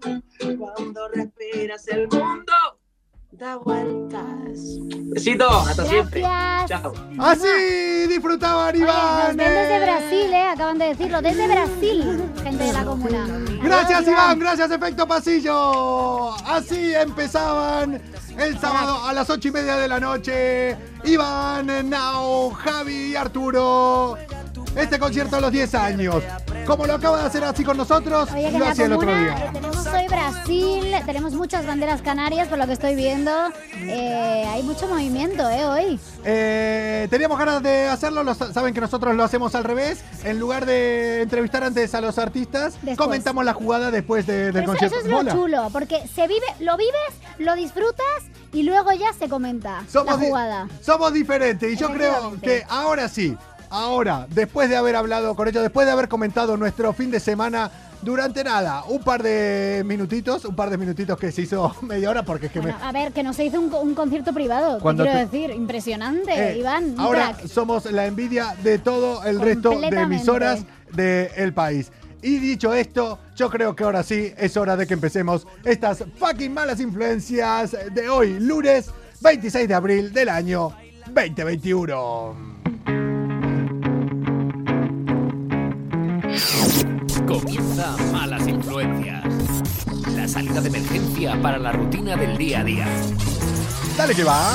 Cuando respiras el mundo da vueltas. Besitos, hasta siempre.
Gracias.
Chao.
Así disfrutaban
Oye, nos
Iván.
ven desde
eh.
Brasil, ¿eh? acaban de decirlo. Desde Brasil, gente de la comuna.
Gracias
Adiós,
Iván, gracias Efecto Pasillo. Así empezaban el sábado a las ocho y media de la noche. Iván, Nao, Javi y Arturo. Este concierto a los 10 años. como lo acaba de hacer así con nosotros,
Oye, que en
lo
la
hacía el otro
comuna eh,
día.
tenemos hoy Brasil, tenemos muchas banderas canarias, por lo que estoy viendo. Eh, hay mucho movimiento, ¿eh? Hoy.
Eh, teníamos ganas de hacerlo, lo sa- saben que nosotros lo hacemos al revés. En lugar de entrevistar antes a los artistas,
Después.
comentamos la jugada después de- del
Pero eso,
concierto.
eso es lo
Mola.
chulo, porque se vive, lo vives, lo disfrutas y luego ya se comenta
Somos,
la
di-
jugada.
somos diferentes y yo creo
Efectivamente.
que ahora sí, ahora, después de haber hablado con ellos, después de haber comentado nuestro fin de semana durante nada, un par de minutitos, un par de minutitos que se hizo media hora porque es que me...
Bueno, a ver, que no se hizo un, co- un concierto privado, te
Cuando
quiero
te-
decir, impresionante,
Eh,
Iván, un
ahora
crack.
somos la envidia de todo el resto de
Completamente.
emisoras del país. Y dicho esto, yo creo que ahora sí es hora de que empecemos estas fucking malas influencias de hoy, lunes 26 de abril del año 2021.
Comienza Malas Influencias. La salida de emergencia para la rutina del día a día.
Dale que va.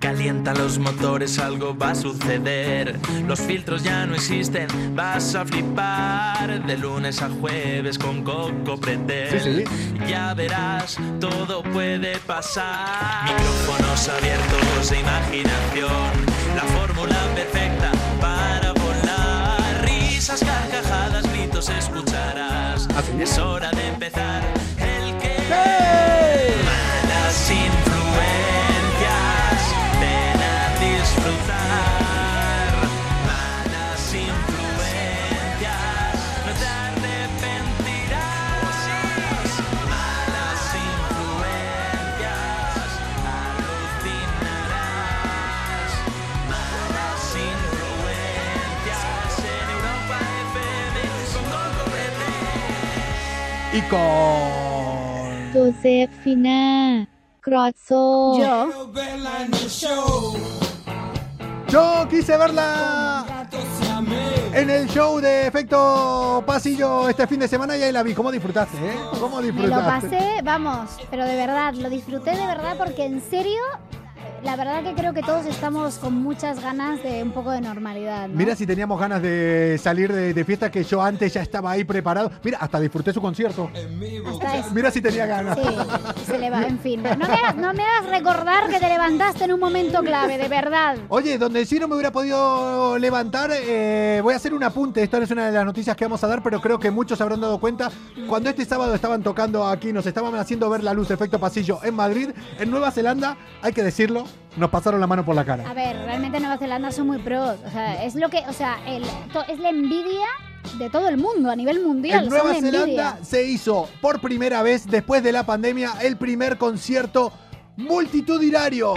Calienta los motores, algo va a suceder. Los filtros ya no existen, vas a flipar. De lunes a jueves con Coco Pretel.
Sí, sí.
Ya verás, todo puede pasar. Micrófonos abiertos de imaginación. La fórmula perfecta para volar. Risas, carcajadas, gritos escucharás. Es hora de empezar el que. Malas influencias, ven a disfrutar. Malas influencias, no te arrepentirás. Malas influencias, alucinarás. Malas influencias en Europa FM con Coco Pretel.
Y con.
โจเซฟฟิน่ากรอตโซ
Yo,
Yo quise verla en el show de efecto pasillo este fin de semana y ahí la vi. ¿Cómo disfrutaste, eh? ¿Cómo
me lo
disfrutaste?
pasé, vamos, pero de verdad, lo disfruté de verdad porque en serio, la verdad que creo que todos estamos con muchas ganas de un poco de normalidad, ¿no?
Mira si teníamos ganas de salir de, de fiesta que yo antes ya estaba ahí preparado. Mira, hasta disfruté su concierto.
Hasta es-
Mira si tenía ganas.
Sí, se le va, en fin. No me, hagas, no me hagas recordar que te levantaste en un momento clave, de verdad.
Oye, donde sí no me hubiera podido levantar, eh, voy a hacer un apunte. Esto no es una de las noticias que vamos a dar, pero creo que muchos se habrán dado cuenta. Cuando este sábado estaban tocando aquí, nos estaban haciendo ver la luz efecto pasillo en Madrid, en Nueva Zelanda, hay que decirlo, nos pasaron la mano por la
A
cara.
ver, realmente Nueva Zelanda son muy pros. O sea, es lo que, o sea, el- to- es la envidia de todo el mundo a nivel mundial.
En Nueva
son la envidia.
Zelanda se hizo por primera vez después de la pandemia el primer concierto multitudinario.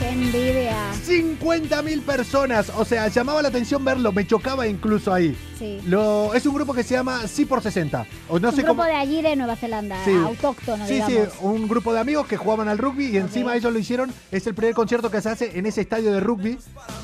Qué envidia.
50.000 personas, o sea, llamaba la atención verlo, me chocaba incluso ahí.
Sí.
Lo, es un grupo que se llama Sí por 60. O no
un
sé
grupo
cómo.
de allí de Nueva Zelanda,
Sí.
autóctono,
sí,
digamos.
sí, un grupo de amigos que jugaban al rugby y encima ellos lo hicieron. Es el primer concierto que se hace en ese estadio de rugby.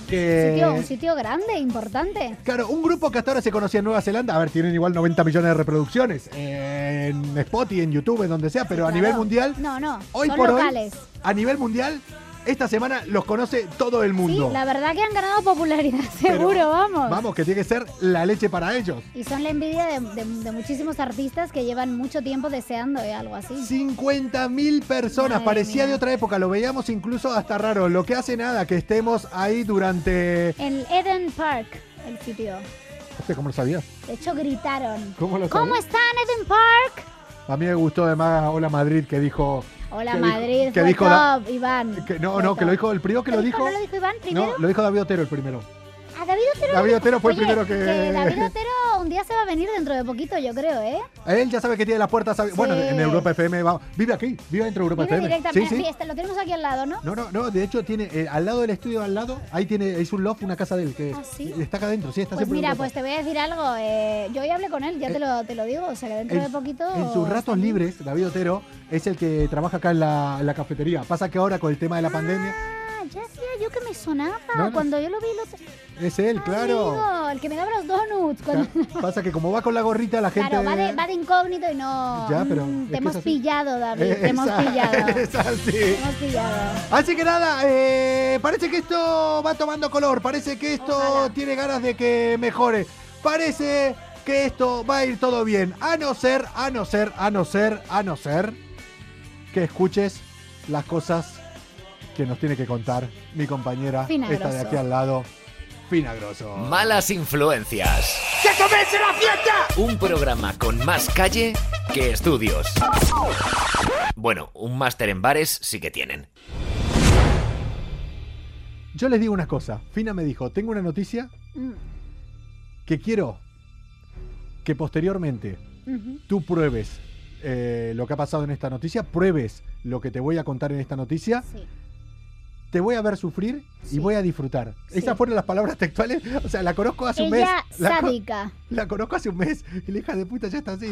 que-
Sitio- un sitio grande, importante.
Claro, un grupo que hasta ahora se conocía en Nueva Zelanda. A ver, tienen igual 90 millones de reproducciones en Spotify, en YouTube, en donde sea, pero a
Claro.
nivel mundial.
No, no,
Hoy
son
por
locales.
hoy, a nivel mundial, esta semana los conoce todo el
Sí,
mundo.
la verdad que han ganado popularidad,
Pero-
seguro, vamos.
Vamos, que tiene que ser la leche para ellos.
Y son la envidia de, de- de muchísimos artistas que llevan mucho tiempo deseando eh, algo así.
50.000 personas,
Madre
parecía
mía.
de otra época, lo veíamos incluso hasta raro, lo que hace nada que estemos ahí durante...
El Eden Park, el sitio.
Hostia, ¿Cómo lo sabías?
De hecho, gritaron.
¿Cómo lo
¿Cómo
sabías?
están, Eden Park?
A mí me gustó además Hola Madrid que dijo...
Hola,
que dijo-
Madrid.
que
fue
dijo
top,
da-
Iván.
que- no,
fue
no, que lo
top.
dijo el primero que lo
¿Lo
dijo...
¿No lo dijo Iván primero?
No, lo dijo David Otero el primero.
A David Otero.
David Otero fue el
Oye,
primero que-
David Otero un día se va a venir dentro de poquito, yo creo, ¿eh?
Él ya sabe que tiene las puertas... abi- Bueno,
Sí.
en Europa FM, vamos. Vive aquí, vive dentro de Europa
Vive
FM.
directamente.
Sí, sí.
este, lo tenemos aquí al lado, ¿no?
No, no, no, de hecho tiene, eh, al lado del estudio, al lado, ahí tiene, es un loft, una casa de él, que
¿Ah, sí?
está acá adentro, sí, está
Pues
siempre en
mira,
Europa.
pues te voy a decir algo. eh, yo hoy hablé con él, ya te lo, te lo digo. O sea, que dentro de poquito.
en sus ratos libres, David Otero es el que trabaja acá en la, en la cafetería. Pasa que ahora con el tema de la pandemia,
Ah, ya hacía yo que me sonaba.
No, no.
Cuando yo lo vi, lo.
es
ah,
él, claro.
Amigo, el que me daba los donuts. Con...
Ca- Pasa que como va con la gorrita, la gente. Eh,
Claro, va de, va de incógnito y no.
Ya, pero
Mm,
es que
te
es
hemos
así.
pillado, David.
Eh,
Te hemos
esa-
pillado.
es así.
Te hemos pillado.
Así que nada, eh, parece que esto va tomando color, parece que esto
Ojalá.
tiene ganas de que mejore. Parece que esto va a ir todo bien. A no ser, a no ser, a no ser, a no ser que escuches las cosas que nos tiene que contar mi compañera,
Fina
esta de
Grosso.
aquí al lado, Fina Grosso.
Malas influencias.
¡Que comience la fiesta!
Un programa con más calle que estudios. Bueno, un máster en bares sí que tienen.
Yo les digo una cosa. Fina me dijo, tengo una noticia
Mm,
que quiero que posteriormente
ujú.
tú pruebes eh, lo que ha pasado en esta noticia, pruebes lo que te voy a contar en esta noticia,
Sí.
te voy a ver sufrir y
Sí.
voy a disfrutar.
Sí.
Esas fueron las palabras textuales. O sea, la conozco hace un mes.
Ella
La, co-
sádica.
la conozco hace un mes. Y la hija de puta ya está así.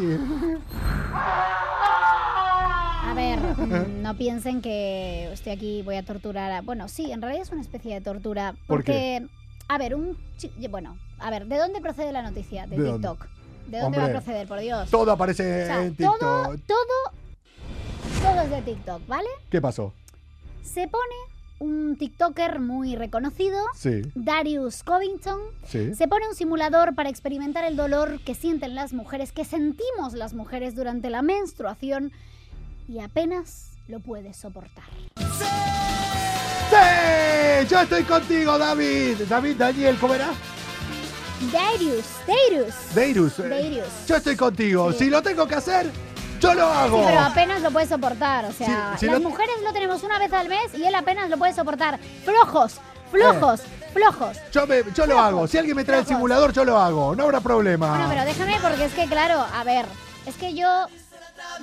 A ver, mm, no piensen que estoy aquí voy a torturar a... Bueno, sí, en realidad es una especie de tortura.
¿Por
Porque, a ver, un... chi- Bueno, a ver, ¿de dónde procede la noticia? De,
¿De dónde?
TikTok. ¿De dónde va a
Hombre.
proceder, por Dios?
Todo aparece
O sea,
en TikTok.
todo, todo, todo es de TikTok, ¿vale?
¿Qué pasó?
Se pone un TikToker muy reconocido,
Sí,
Darius Covington,
sí.
se pone un simulador para experimentar el dolor que sienten las mujeres, que sentimos las mujeres durante la menstruación y apenas lo puede soportar.
¡Sí! Yo estoy contigo, David. David, Daniel, ¿cómo era?
Darius, Darius.
Deirus. eh,
Deirus.
Yo estoy contigo.
Sí.
Si lo tengo que hacer, yo lo hago.
Sí, pero apenas lo puede soportar, o sea,
Sí, sí,
las
lo-
mujeres lo tenemos una vez al mes y él apenas lo puede soportar. Flojos, flojos,
Eh.
flojos.
Yo, me- yo lo
Flojos,
hago. Si alguien me trae el
flojos.
simulador, yo lo hago. No habrá problema.
pues. Bueno, pero déjame porque es que, claro, a ver, es que yo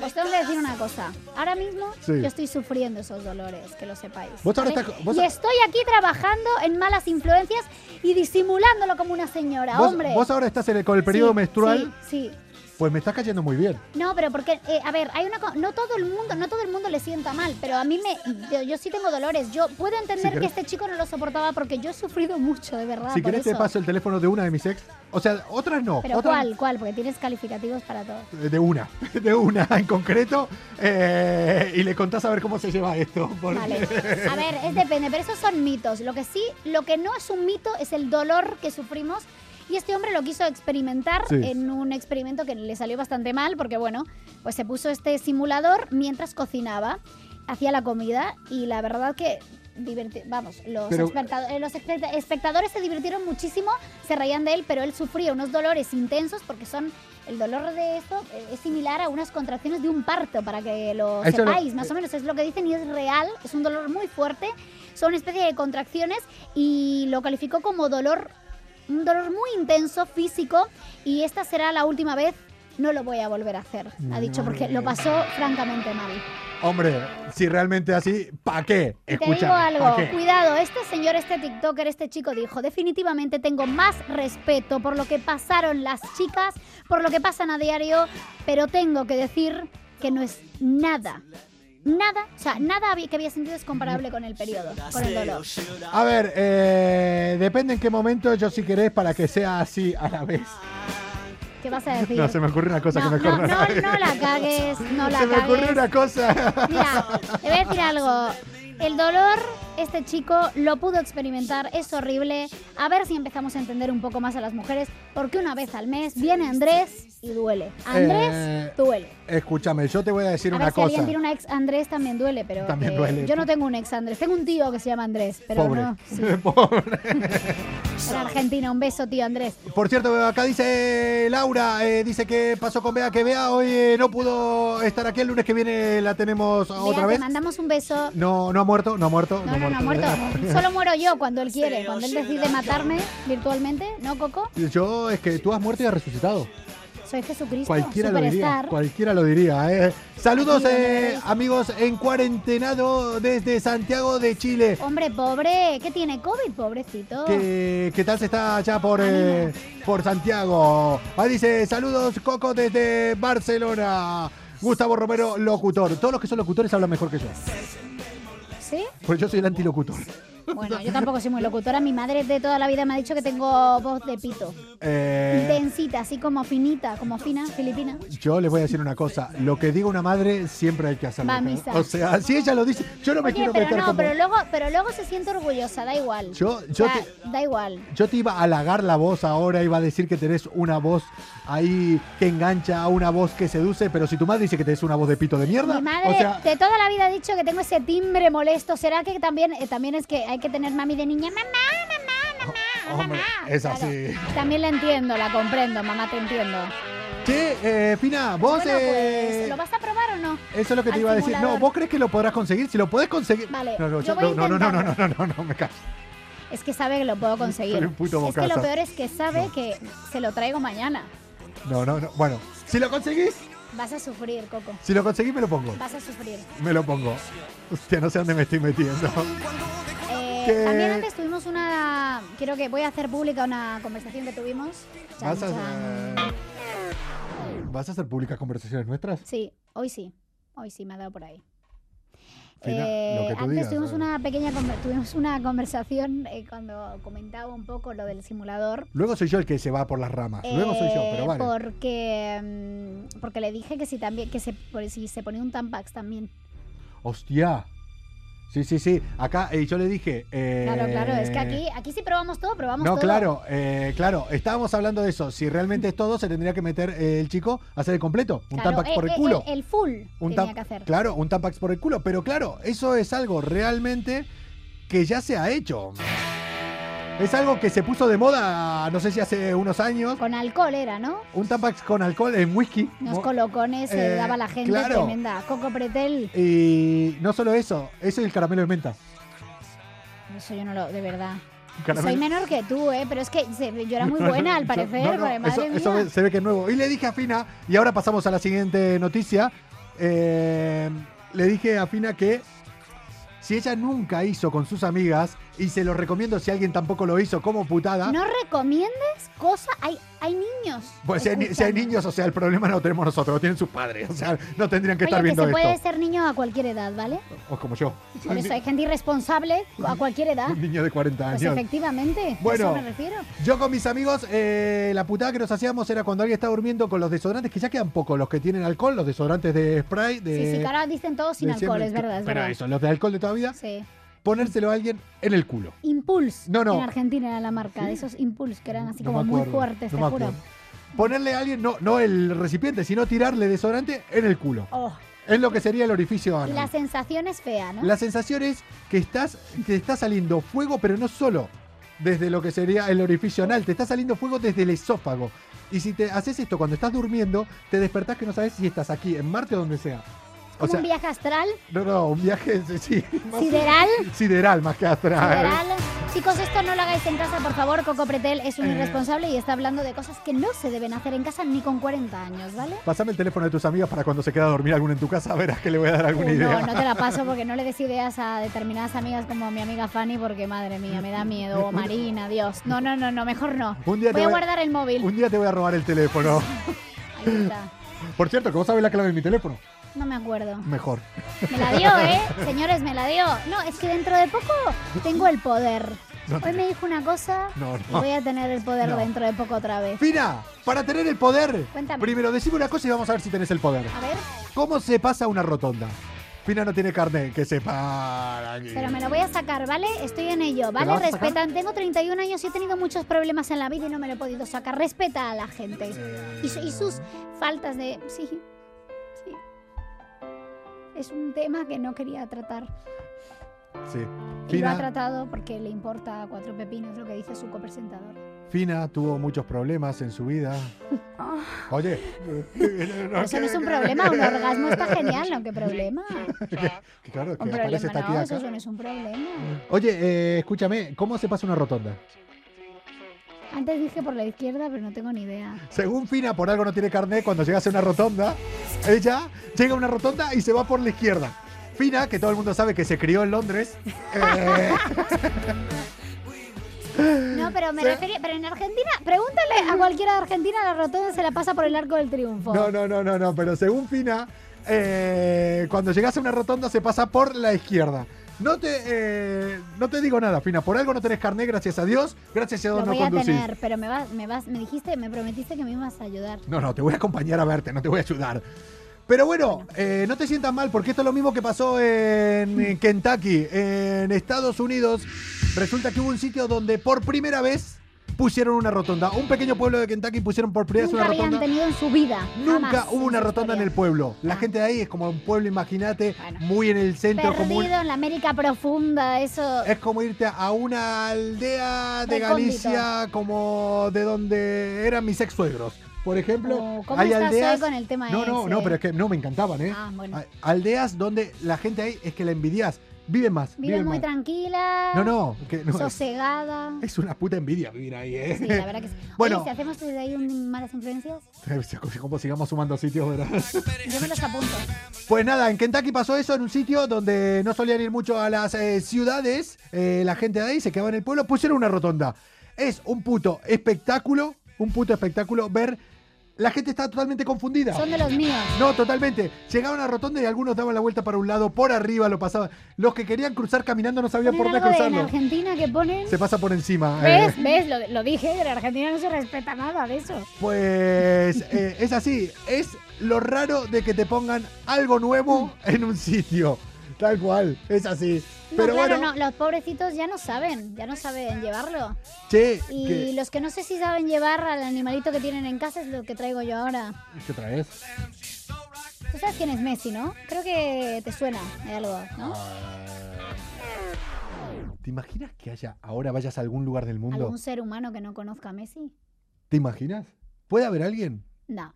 os tengo que decir una cosa. Ahora mismo
Sí.
yo estoy sufriendo esos dolores, que lo sepáis.
Vos ahora estás- vos-
y estoy aquí trabajando en malas influencias y disimulándolo como una señora,
vos,
hombre.
vos ahora estás en el- con el periodo
Sí,
menstrual,
Sí, sí.
pues me está cayendo muy bien.
No, pero porque, eh, a ver, hay una co- no todo el mundo, no todo el mundo le sienta mal, pero a mí me, yo, yo sí tengo dolores. Yo puedo entender
querés-
que este chico no lo soportaba porque yo he sufrido mucho, de verdad.
si
Ah, por
querés te
eso.
paso el teléfono de una de mis ex. O sea, otras no.
Pero
otras-
¿cuál, cuál? Porque tienes calificativos para todo.
De una, de una en concreto. eh, y le contás a ver cómo se lleva esto. porque-
Vale. A ver, es depende, pero esos son mitos. Lo que sí, lo que no es un mito es el dolor que sufrimos. Y este hombre lo quiso experimentar
Sí.
en un experimento que le salió bastante mal, porque bueno, pues se puso este simulador mientras cocinaba, hacía la comida y la verdad que diverti- vamos, los,
Pero-
espectado- eh, los espect- espectadores se divirtieron muchísimo, se reían de él, pero él sufría unos dolores intensos porque son el dolor de esto eh, es similar a unas contracciones de un parto, para que lo
Eso lo-
sepáis, más o menos es lo que dicen y es real, es un dolor muy fuerte, son una especie de contracciones y lo calificó como dolor, un dolor muy intenso físico y esta será la última vez, no lo voy a volver a hacer, ha dicho, porque lo pasó francamente mal.
Hombre, si realmente así, ¿pa' qué?
Y te
Escuchame,
digo algo,
¿pa' qué?
cuidado, este señor, este TikToker, este chico dijo, definitivamente tengo más respeto por lo que pasaron las chicas, por lo que pasan a diario, pero tengo que decir que no es nada, nada, o sea, nada había- que había sentido es comparable con el periodo, con el dolor.
A ver, eh, depende en qué momento yo si querés para que sea así a la vez.
¿Qué vas a decir?
No, se me ocurrió una cosa
no,
que
no,
mejor
no, no la cagues, no la
Se me ocurrió
cagues.
una cosa.
Mira, te voy a decir algo. El dolor, este chico lo pudo experimentar, es horrible. A ver si empezamos a entender un poco más a las mujeres, porque una vez al mes viene Andrés y duele. Andrés
Eh,
duele.
Escúchame, yo te voy a decir
A
una
ver si alguien
cosa.
tiene una ex Andrés también duele, pero
También
eh,
duele.
yo no tengo un ex Andrés, tengo un tío que se llama Andrés, pero
Pobre.
no. sí,
Pobre.
era Argentina, un beso tío Andrés.
Por cierto, acá dice Laura, eh, dice que pasó con Bea, que Bea hoy eh, no pudo estar aquí, el lunes que viene la tenemos
Bea,
otra
te
vez.
mandamos un beso.
No, no ha muerto, no ha muerto.
No, no, no, muerto. Solo muero yo cuando él quiere. Cuando él decide matarme virtualmente, ¿no, Coco?
Yo, es que tú has muerto y has resucitado.
Soy Jesucristo.
Cualquiera lo diría.
superstar.
Cualquiera lo diría. eh. Saludos,
Aquí, donde
eh,
veis.
amigos en cuarentenado desde Santiago de Chile.
Hombre, pobre, ¿qué tiene COVID, pobrecito? Oh.
¿Qué, qué tal se está allá por, eh, por Santiago? Ahí dice, saludos Coco desde Barcelona. Gustavo Romero, locutor. Todos los que son locutores hablan mejor que yo.
¿Sí?
Porque yo soy el antilocutor.
Bueno, yo tampoco soy muy locutora. Mi madre de toda la vida me ha dicho que tengo voz de pito.
Eh,
Densita, así como finita, como fina, filipina.
yo les voy a decir una cosa. Lo que diga una madre siempre hay que hacerlo.
Va a
¿no?
misa.
O sea, si ella lo dice, yo no me
Oye,
quiero
pero
meter
no,
como-
pero luego, pero luego se siente orgullosa, da igual.
Yo- yo
da,
te-
da igual.
Yo te iba a halagar la voz ahora, iba a decir que tenés una voz ahí que engancha, una voz que seduce, pero si tu madre dice que tenés una voz de pito de mierda,
Mi madre
o sea,
de toda la vida ha dicho que tengo ese timbre molesto. ¿Será que también, eh, también es que hay que tener mami de niña? Mamá, mamá, mamá, mamá.
Ah, hombre, es así.
También la entiendo, la comprendo, mamá, te entiendo.
Che, eh, Fina, vos...
bueno,
eh,
pues, ¿lo vas a probar o no?
Eso es lo que te
al
iba a decir. No,
simulador.
¿vos crees que lo podrás conseguir? Si lo podés conseguir...
Vale,
no, no,
yo
no,
voy
no, no, no, no, no,
intentando.
no, no, me callo.
Es que sabe que lo puedo conseguir.
Soy un puto
es que lo
bocaza.
peor es que sabe que se lo traigo mañana.
No, no, no. Bueno, si lo conseguís,
Vas a sufrir, Coco.
si lo conseguís me lo pongo.
Vas a sufrir.
Me lo pongo. Hostia, no sé dónde me estoy metiendo.
Eh,
Que-
También antes tuvimos una. Quiero que voy a hacer pública una conversación que tuvimos. Chan,
¿Vas a,
chan.
¿Vas a hacer públicas conversaciones nuestras?
Sí, hoy sí. Hoy sí me ha dado por ahí.
Fina,
Eh,
lo que tú
antes
digas,
tuvimos
eh.
una pequeña conver- tuvimos una conversación eh, cuando comentaba un poco lo del simulador.
Luego soy yo el que se va por las ramas. Luego soy yo,
Eh,
pero vale.
Porque, mm, porque le dije que si también que se, por si se ponía un tampax también.
Hostia. Sí, sí, sí. Acá eh, yo le dije. eh,
Claro, claro. Es que aquí, aquí sí probamos todo, probamos
No,
todo.
claro, eh, claro. Estábamos hablando de eso. Si realmente es todo, se tendría que meter eh, el chico a hacer el completo. Un
Claro,
tampax
eh,
por el
eh,
culo.
El, full
un
tenía
tam-
que hacer.
Claro, un tampax por el culo. Pero claro, eso es algo realmente que ya se ha hecho. Es algo que se puso de moda, no sé si hace unos años.
Con alcohol era, ¿no?
Un tampax con alcohol en whisky.
Unos
Mo-
colocones se
eh,
daba la gente
claro. Eh.
tremenda. Coco Pretel.
Y no solo eso, eso y el caramelo de menta.
Eso yo no lo, de verdad.
Caramelo-
Soy menor que tú, ¿eh? Pero es que se- yo era muy buena, al
Yo-
parecer.
pues. no, no,
porque,
eso,
madre
eso
mía.
ve- se ve que es nuevo. Y le dije a Fina, y ahora pasamos a la siguiente noticia. eh, le dije a Fina que si ella nunca hizo con sus amigas, y se lo recomiendo si alguien tampoco lo hizo como putada,
No recomiendes cosa. Hay, hay niños.
pues si hay, ni- si hay
escuchando.
niños, o sea, el problema no lo tenemos nosotros, lo tienen sus padres. O sea, no tendrían que
Oye,
estar viendo
que se
esto. Pues
puede ser niño a cualquier edad, ¿vale?
O como yo.
Por eso hay gente irresponsable a cualquier edad.
Un niño de 40
Pues
años.
efectivamente,
Bueno.
a eso me refiero.
Yo con mis amigos, eh, la putada que nos hacíamos era cuando alguien está durmiendo con los desodorantes, que ya quedan pocos los que tienen alcohol, los desodorantes de spray, de.
sí, sí, que ahora dicen todo sin
eh, de
alcohol,
siempre-
es verdad, es
Pero
verdad.
eso, los de alcohol de toda vida,
Sí.
ponérselo a alguien en el culo.
Impulse.
No, no.
En Argentina era la marca, de esos Impulse que eran así
No
como
me
muy
acuerdo,
fuertes,
no
te
me
juro.
acuerdo. Ponerle a alguien, no, no el recipiente, sino tirarle desodorante en el culo.
Oh,
Es lo que sería el orificio
y
anal.
la sensación es fea, ¿no?
La sensación es que estás, te está saliendo fuego, pero no solo desde lo que sería el orificio anal, te está saliendo fuego desde el esófago. Y si te haces esto cuando estás durmiendo, te despertás que no sabes si estás aquí, en Marte o donde sea. O
como
sea,
un viaje astral,
no, no, un viaje sí, sí, Ah, más-
sideral.
sideral más que astral.
Sideral. Chicos, esto no lo hagáis en casa, por favor. Coco Pretel es un
Eh.
irresponsable y está hablando de cosas que no se deben hacer en casa ni con 40 años, ¿vale?
Pásame el teléfono de tus amigas para cuando se queda a dormir alguno en tu casa, verás que le voy a dar alguna
Uy,
idea.
No, no te la paso porque no le des ideas a determinadas amigas como mi amiga Fanny porque madre mía, me da miedo. O Marina, Dios. No, no, no, no, mejor no.
Un día te
voy a
voy a-
guardar el móvil.
Un día te voy a robar el teléfono.
Ahí está.
Por cierto, que vos sabés la clave de mi teléfono.
No me acuerdo.
Mejor.
Me la dio, ¿eh? Señores, me la dio. No, es que dentro de poco tengo el poder.
No
Hoy me dijo una cosa
No, no.
y voy a tener el poder
No.
dentro de poco otra vez.
Fina, para tener el poder,
Cuéntame. Ah.
primero decime una cosa y vamos a ver si tenés el poder.
A ver,
¿Cómo se pasa una rotonda? Fina no tiene carnet, que se para aquí.
pero me lo voy a sacar, ¿vale? Estoy en ello,
lo
¿vale?
vas a sacar?
Respetan. Tengo 31 años y he tenido muchos problemas en la vida y no me lo he podido sacar. Respeta a la gente. Y, su- y sus faltas de... Sí, sí. Es un tema que no quería tratar.
Sí.
Y lo ha
Fina,
tratado porque le importa cuatro pepinos lo que dice su copresentador.
Fina tuvo muchos problemas en su vida.
Ah.
Oye.
Pero Eso no es un problema, un orgasmo está genial, ¿no? ¿Qué problema?
Que Claro, que aparece
Un problema,
esta tía
no, eso
acá.
no es un problema.
Oye, eh, escúchame, ¿cómo se pasa una rotonda?
Antes dije por la izquierda, pero no tengo ni idea.
Según Fina, por algo no tiene carnet, cuando llegas a una rotonda, ella llega a una rotonda y se va por la izquierda. Fina, que todo el mundo sabe que se crió en Londres, eh,
No, pero me refería, pero en Argentina, pregúntale a cualquiera de Argentina, la rotonda se la pasa por el arco del triunfo.
no, no, no, no, no, pero según Fina, eh, cuando llegas a una rotonda se pasa por la izquierda. No te, eh, no te digo nada, Fina. Por algo no tenés carnet, gracias a Dios. Gracias a Dios
Lo
no
voy a
conducís.
tener, pero me vas, me vas, me dijiste, me prometiste que me ibas a ayudar.
No, no, te voy a acompañar a verte, no te voy a ayudar. Pero bueno, eh, no te sientas mal, porque esto es lo mismo que pasó
Mm.
en en Kentucky, en Estados Unidos. Resulta que hubo un sitio donde por primera vez pusieron una rotonda. Un pequeño pueblo de Kentucky pusieron por primera vez
Nunca
una
habían
rotonda.
tenido en su vida.
Nunca
jamás
hubo una
su
rotonda en el
historia.
pueblo. La
Ah.
gente de ahí es como un pueblo, imagínate,
Bueno.
muy en el centro,
Perdido
como un-
en la América profunda, eso.
es como irte a una aldea de
Recóndito.
Galicia como de donde eran mis ex suegros. Por ejemplo,
Oh, ¿cómo
hay
estás hoy
aldeas.
con el tema
no, no,
ese?
no, pero es que no me encantaban, ¿eh?
Ah, bueno.
Hay Aldeas donde la gente ahí es que la envidias. Viven más.
Vive
Viven
muy
más.
tranquila.
No, no, que no, es,
Sosegada.
es una puta envidia vivir ahí, ¿eh?
Sí, la verdad que sí.
Bueno.
Oye, si hacemos desde ahí un- malas influencias,
Como sigamos sumando sitios, ¿verdad?
yo me los apunto.
Pues nada, en Kentucky pasó eso en un sitio donde no solían ir mucho a las eh, ciudades. eh, la gente de ahí se quedaba en el pueblo, pusieron una rotonda. Es un puto espectáculo, un puto espectáculo ver. La gente está totalmente confundida.
Son de los míos.
No, totalmente. Llegaban a la rotonda y algunos daban la vuelta para un lado, por arriba lo pasaban. Los que querían cruzar caminando no sabían
Ponen
por dónde
algo de en
cruzarlo.
Argentina que ponen.
Se pasa por encima. eh.
¿Ves? ¿Ves? Lo, lo dije, en Argentina no se respeta nada de eso.
Pues eh, es así, es lo raro de que te pongan algo nuevo en un sitio. Tal cual, es así.
No,
Pero
claro,
bueno,
no, los pobrecitos ya no saben, ya no saben llevarlo.
che,
Y
¿qué,
los que no sé si saben llevar al animalito que tienen en casa es lo que traigo yo ahora.
qué traes?
Tú sabes quién es Messi, ¿no? Creo que te suena de algo, ¿no?
Ah, ¿Te imaginas que haya ahora vayas a algún lugar del mundo?
¿Algún ser humano que no conozca a Messi?
¿Te imaginas? ¿Puede haber alguien?
No.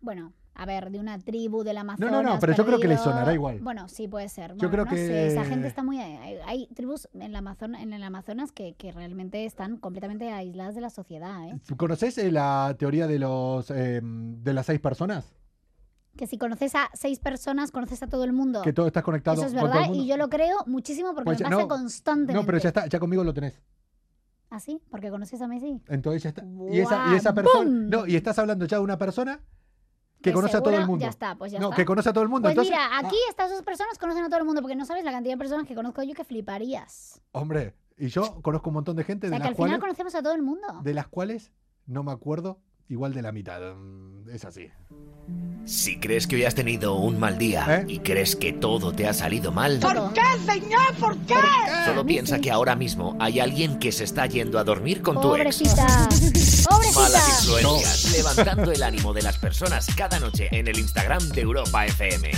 Bueno, a ver, de una tribu del Amazonas.
no, pero yo creo que les
perdido.
sonará igual.
Bueno, sí, puede ser.
Yo
Bueno,
creo
no
que-
sé, esa gente está muy... Hay, hay tribus en, la Amazon- en el Amazonas que, que realmente están completamente aisladas de la sociedad, ¿eh?
¿Conoces eh, la teoría de los em, de las seis personas?
Que si conoces a seis personas, conoces a todo el mundo.
Que todo estás conectado
Eso es
con todo el
verdad
mundo.
y yo lo creo muchísimo porque
Pues
me
ya-
pasa
no,
constantemente.
No, pero ya está, ya conmigo lo tenés.
¿Así? Porque conoces a Messi.
Entonces ya está. Y esa, y esa
Guau,
persona.
¡bum!
No, y estás hablando ya de una persona que conoce a todo el
seguro
mundo.
Ya está, pues ya
no,
está.
que conoce a todo el mundo.
pues
Entonces, ah.
mira, aquí estas dos personas conocen a todo el mundo porque no sabes la cantidad de personas que conozco yo que fliparías.
ah, hombre, y yo conozco un montón de gente
O
de,
sea, que
las
al
cuales,
final conocemos a todo el mundo.
de las cuales no me acuerdo igual de la mitad. Mm, Es así.
Si crees que hoy has tenido un mal día
¿Eh?
y crees que todo te ha salido mal,
Todo.
solo piensa que ahora mismo hay alguien que se está yendo a dormir con tu ex.
Pobrecita.
Malas
Pobrecita.
influencias, levantando el ánimo de las personas cada noche en el Instagram de Europa FM.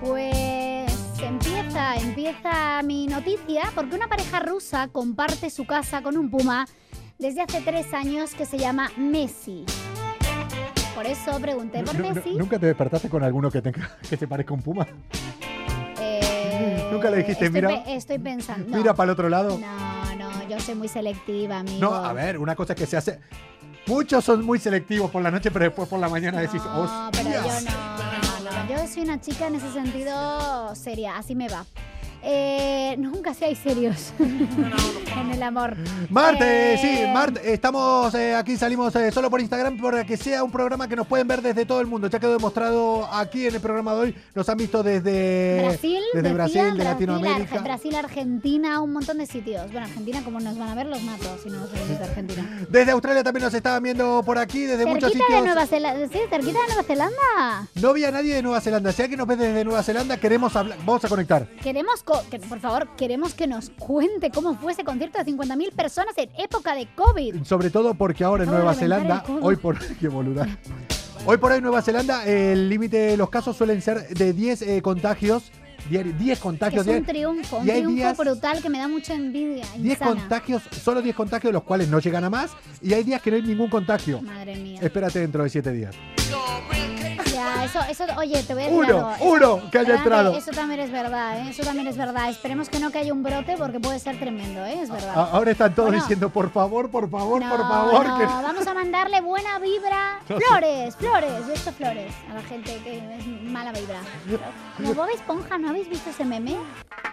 Pues empieza, empieza mi noticia porque una pareja rusa comparte su casa con un puma desde hace tres años que se llama Messi. Por eso pregunté por
Nu- nu-
Messi.
¿Nunca te despertaste con alguno que, tenga, que se parezca a un puma?
Eh,
Nunca le dijiste,
estoy
mira-
pe- estoy pensando. No,
Mira para el otro lado.
no, no, yo soy muy selectiva, amigo.
No, a ver, una cosa es que se hace. Muchos son muy selectivos por la noche, pero después por la mañana
No,
decís, "Oh, "Hostias".
pero yo no, no, no. Yo soy una chica en ese sentido seria, así me va. Eh, nunca seáis serios en el amor.
Marte,
Eh,
sí, Marte, estamos eh, aquí, salimos eh, solo por Instagram para que sea un programa que nos pueden ver desde todo el mundo. Ya quedó demostrado aquí en el programa de hoy. Nos han visto desde
Brasil,
desde
decía,
Brasil, de
Brasil,
Latinoamérica.
Arge- Brasil, Argentina, un montón de sitios. Bueno, Argentina, como nos van a ver, los mato si no nos venís de Argentina.
Desde Australia también nos estaban viendo por aquí, desde muchos
Cerquita de
sitios.
Nueva Zelanda. Sí, cerquita de Nueva Zelanda.
No había nadie de Nueva Zelanda. Si alguien nos ve desde Nueva Zelanda, queremos hablar. Vamos a conectar.
Queremos, co- que- por favor, queremos que nos cuente cómo fue ese concierto de 50.000 personas en época de COVID.
Sobre todo porque ahora en
Acabo
Nueva
de reventar
Zelanda,
el codo.
hoy por qué boluda. Hoy por hoy Nueva Zelanda, el límite de los casos suelen ser de 10 eh, contagios. diari- 10
Que es
contagios
un
diarios.
triunfo, un
y hay
triunfo
días-
brutal que me da mucha envidia.
10
insana.
contagios, solo 10 contagios, los cuales no llegan a más. Y hay días que no hay ningún contagio.
Madre mía.
Espérate dentro de 7 días.
Ya, eso, eso, oye, te voy a decir
Uno,
algo. Eso-
uno que haya
Grande,
entrado.
Eso también es verdad, ¿eh? eso también es verdad. Esperemos que no que haya un brote porque puede ser tremendo, ¿eh? es verdad.
A- Ahora están todos
Bueno.
diciendo, por favor, por favor, por
No,
favor.
no,
que-
vamos a mandarle buena vibra. Flores, flores, de esto flores a la gente que es mala vibra. Como Bob Esponja, ¿no habéis visto ese meme?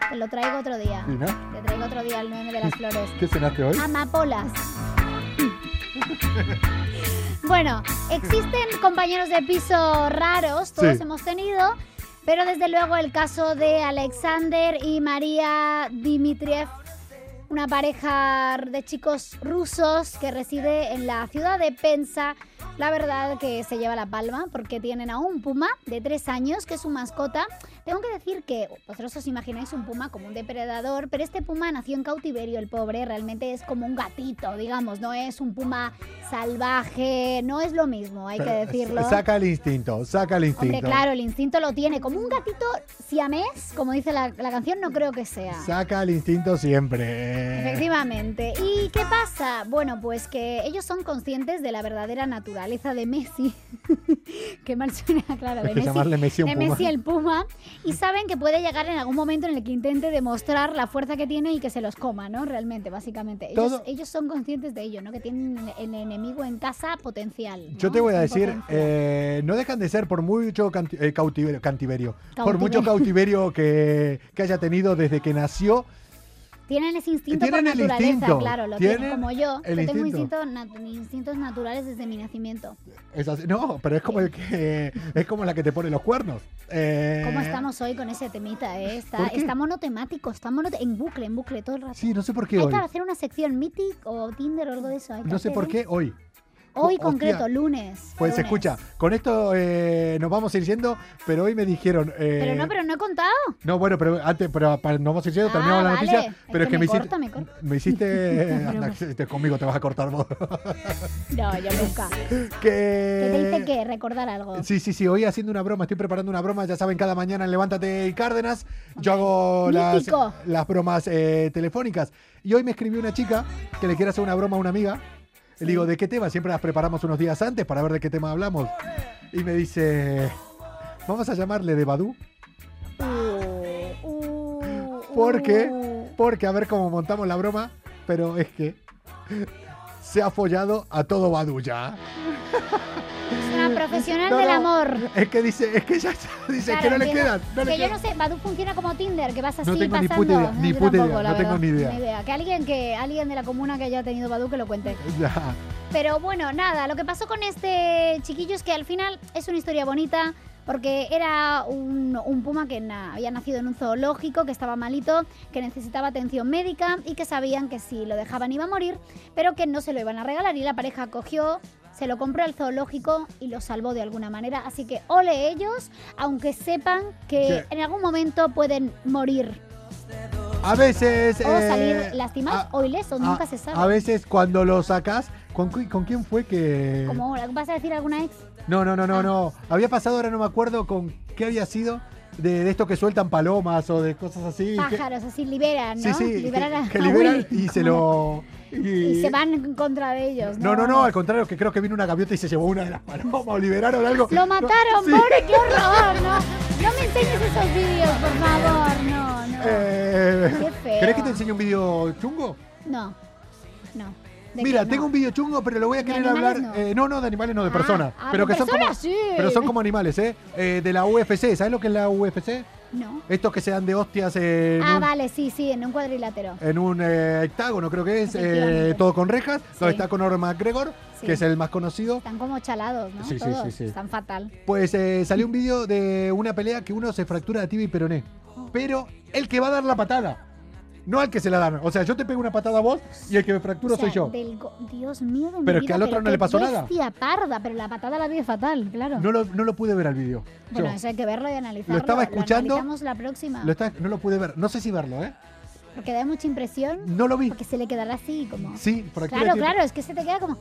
Te lo traigo otro día.
¿Y no?
Te traigo otro día el meme de las flores.
¿Qué cenaste hoy?
Amapolas. Bueno, existen compañeros de piso raros, todos
Sí.
hemos tenido, Pero desde luego el caso de Alexander y María Dimitriev, una pareja de chicos rusos que reside en la ciudad de Pensa, la verdad que se lleva la palma porque tienen a un puma de tres años, que es su mascota. Tengo que decir que vosotros os imagináis un puma como un depredador, pero este puma nació en cautiverio, el pobre, realmente es como un gatito, digamos, no es un puma salvaje, no es lo mismo, hay que decirlo.
Saca el instinto, saca el instinto.
Hombre, claro, el instinto lo tiene. Como un gatito siamés, como dice la, la canción, no creo que sea.
Saca el instinto siempre.
Efectivamente. ¿Y qué pasa? Bueno, pues que ellos son conscientes de la verdadera naturaleza de Messi. qué mal suena, claro, de
Es que
Messi.
llamarle Messi a un
de
puma.
Messi el Puma. Y saben que puede llegar en algún momento en el que intente demostrar la fuerza que tiene y que se los coma, ¿no? Realmente, básicamente. Ellos,
Todo-
ellos son conscientes de ello, ¿no? Que tienen el enemigo en casa potencial.
Yo
¿no?
te voy a
En
decir,
potencia.
eh, no dejan de ser por mucho canti- eh, cautiverio, cantiverio, por
Cautiverio.
mucho cautiverio que, que haya tenido desde que nació,
Tienen ese instinto
Tienen
por
el
naturaleza,
instinto,
claro, lo
tienen
tienen, como yo.
el
yo tengo
instinto.
instinto nat- instintos naturales desde mi nacimiento.
Es así. No, pero es como el que es como la que te pone los cuernos. Eh,
¿Cómo estamos hoy con ese temita? eh? Está,
¿por qué?
está monotemático, está monote- en bucle, en bucle todo el rato.
Sí, no sé por qué
Hay
hoy.
que hacer una sección Mythic o Tinder o algo de eso. hay que
No sé
hacer,
por
¿eh?
qué hoy.
Hoy
Hostia.
concreto, lunes.
Pues
lunes.
escucha, con esto eh, nos vamos a ir yendo, pero hoy me dijeron. eh,
Pero no, pero no he contado.
no, bueno, pero antes, pero para, nos vamos a ir yendo, terminamos
Ah,
la
vale.
noticia.
Es
Pero es que,
que
me,
me
hiciste.
corta, me corta.
me hiciste. Anda, este, conmigo te vas a cortar vos.
No, yo nunca. Que te
que.
dice que recordar algo.
eh, Sí, sí, sí, hoy haciendo una broma, estoy preparando una broma, ya saben, cada mañana en Levántate y Cárdenas, yo hago las,
Mítico.
las bromas eh, telefónicas. Y hoy me escribió una chica que le quiere hacer una broma a una amiga. Le digo, ¿de qué tema? Siempre las preparamos unos días antes para ver de qué tema hablamos. Y me dice, vamos a llamarle de Badú,
Uh, uh,
¿Por qué?
uh.
porque a ver cómo montamos la broma, pero es que se ha follado a todo Badú ya.
Es una profesional
No,
del
no.
amor.
Es que dice, es que ya dice
Claro,
que no le
entiendo.
quedan. no le
que yo
quedan.
no sé, Badu funciona como Tinder, que vas así
No tengo ni
pasando.
puta idea, ni
yo
puta idea,
tampoco, la
no tengo
verdad,
ni idea.
Que alguien que alguien de la comuna que haya tenido Badu que lo cuente.
Ya.
Pero bueno, nada, lo que pasó con este chiquillo es que al final es una historia bonita. Porque era un, un puma que na- había nacido en un zoológico, que estaba malito, que necesitaba atención médica y que sabían que si lo dejaban iba a morir, pero que no se lo iban a regalar. Y la pareja cogió, se lo compró al zoológico y lo salvó de alguna manera. Así que ole ellos, aunque sepan que
Sí.
en algún momento pueden morir
A veces.
o
eh,
salir lastimados
a-
o ilesos, Pues nunca
a-
se
Ah, A
sabe.
veces cuando lo sacas, ¿con, qui- con quién fue que.?
Como vas a decir alguna ex.
No, no, no, no,
Ah.
no. Había pasado, ahora no me acuerdo con qué había sido, de, de esto que sueltan palomas o de cosas así. que-
pájaros, así liberan,
sí,
¿no?
sí.
liberan
que,
a-
que
a
liberan
Willy.
y se lo. Y,
Y se van en contra de ellos.
No, no, no, al contrario, que creo que vino una gaviota y se llevó una de las palomas o liberaron algo.
Lo mataron,
Sí.
pobre, qué horror, ¿no? No me enseñes esos vídeos, por favor, no, no.
Eh,
Qué feo.
¿Querés que te enseñe un video chungo?
No, no. ¿De
Mira,
qué? No.
tengo un video chungo, pero lo voy a
¿De
querer
animales
hablar.
no?
eh, No. no, de animales no, de
Ah,
personas.
ah,
pero
de
que son como,
personas, sí.
Pero son como animales, ¿eh? Eh, De la UFC, ¿sabes lo que es la UFC?
No.
Estos que se dan de hostias en
Ah,
un,
vale, sí, sí, en un cuadrilátero.
en un, eh, hectágono, creo que es, eh,
Efectivamente.
todo con rejas, donde
Sí.
está Conor McGregor,
Sí.
que es el más conocido.
Están como chalados, ¿no?
Sí, sí,
Todos.
sí, sí.
Están fatal.
Pues eh, salió un vídeo de una pelea que uno se fractura de tibia y peroné. Pero el que va a dar la patada, no al que se la dan. O sea, yo te pego una patada a vos y el que me fracturo
O sea,
soy yo.
del go- Dios mío, de mi
Pero es que
vida,
al otro
pero
no le
qué
pasó nada.
bestia parda, pero la patada la vi fatal, claro.
No lo, no lo pude ver al vídeo.
bueno,
Yo.
eso hay que verlo y analizarlo.
estaba escuchando,
Lo analizamos la próxima.
Lo está- no lo pude ver. No sé si verlo, ¿eh?
Porque da mucha impresión
No lo vi.
Porque se le quedará así, como.
Sí, fractura de
claro,
tibia.
claro, es que se te queda como.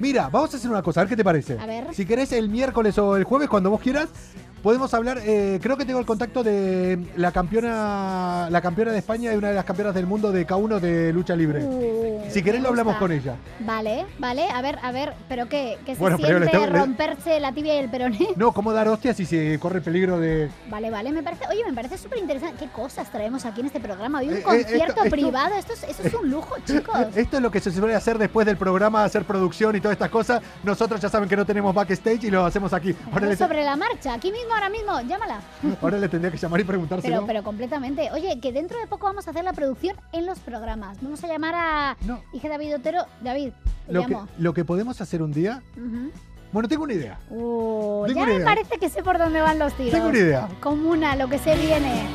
Mira, vamos a hacer una cosa, a ver qué te parece.
A ver.
Si querés el miércoles o el jueves, cuando vos quieras, podemos hablar. eh, creo que tengo el contacto de la campeona, la campeona de España y una de las campeonas del mundo de K1 de lucha libre.
"Uh,
si querés
me
lo hablamos
gusta".
con ella.
Vale, vale, a ver, a ver, pero qué, qué se
Bueno, pero yo le
siente
tengo- le-
romperse la tibia y el peroné.
No, cómo dar hostias si se corre peligro de.
Vale, vale, me parece, oye, me parece súper interesante. ¿Qué cosas traemos aquí en este programa?
Eh,
Hoy un
eh, esto-
concierto
esto- Eh,
privado, esto, es, eso es un lujo, chicos.
Esto es lo que se suele hacer después del programa, hacer producción y todas estas cosas. Nosotros ya saben que no tenemos backstage y lo hacemos aquí. Ahora le,
Sobre la marcha, aquí mismo, ahora mismo, llámala.
ahora le tendría que llamar y preguntárselo.
Pero, pero completamente. Oye, que dentro de poco vamos a hacer la producción en los programas. Vamos a llamar a
No.
hija David Otero. David, te
lo, que,
llamo.
lo que podemos hacer un día
Ujú.
Bueno, tengo una idea. Tengo
Uh, ya
una
me
idea.
parece que sé por dónde van los tiros.
Tengo una idea.
Comuna, lo que se viene.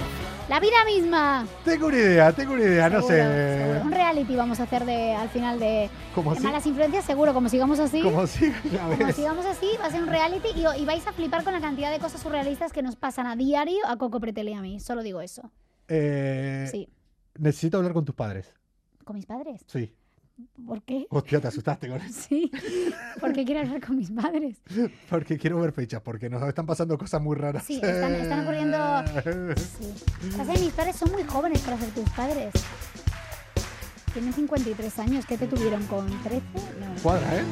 La vida misma.
Tengo una idea, tengo una idea, Ah, no
Seguro,
sé.
seguro. Un reality vamos a hacer de al final de,
Como
de
si,
malas influencias, seguro, como sigamos así.
como si, ya
Como
ves.
sigamos así, va a ser un reality y, y vais a flipar con la cantidad de cosas surrealistas que nos pasan a diario a Coco Pretel y a mí. Solo digo eso.
Eh,
Sí.
Necesito hablar con tus padres.
¿Con mis padres?
Sí.
¿Por qué?
Hostia, te asustaste con eso.
Sí. ¿Por qué quiero hablar con mis padres?
Porque quiero ver fechas, porque nos están pasando cosas muy raras.
Sí, están- están ocurriendo- Sí. Pasa que mis padres son muy jóvenes para ser tus padres. Tienen 53 años. ¿Qué te tuvieron con 13? No,
Cuadra, ¿eh?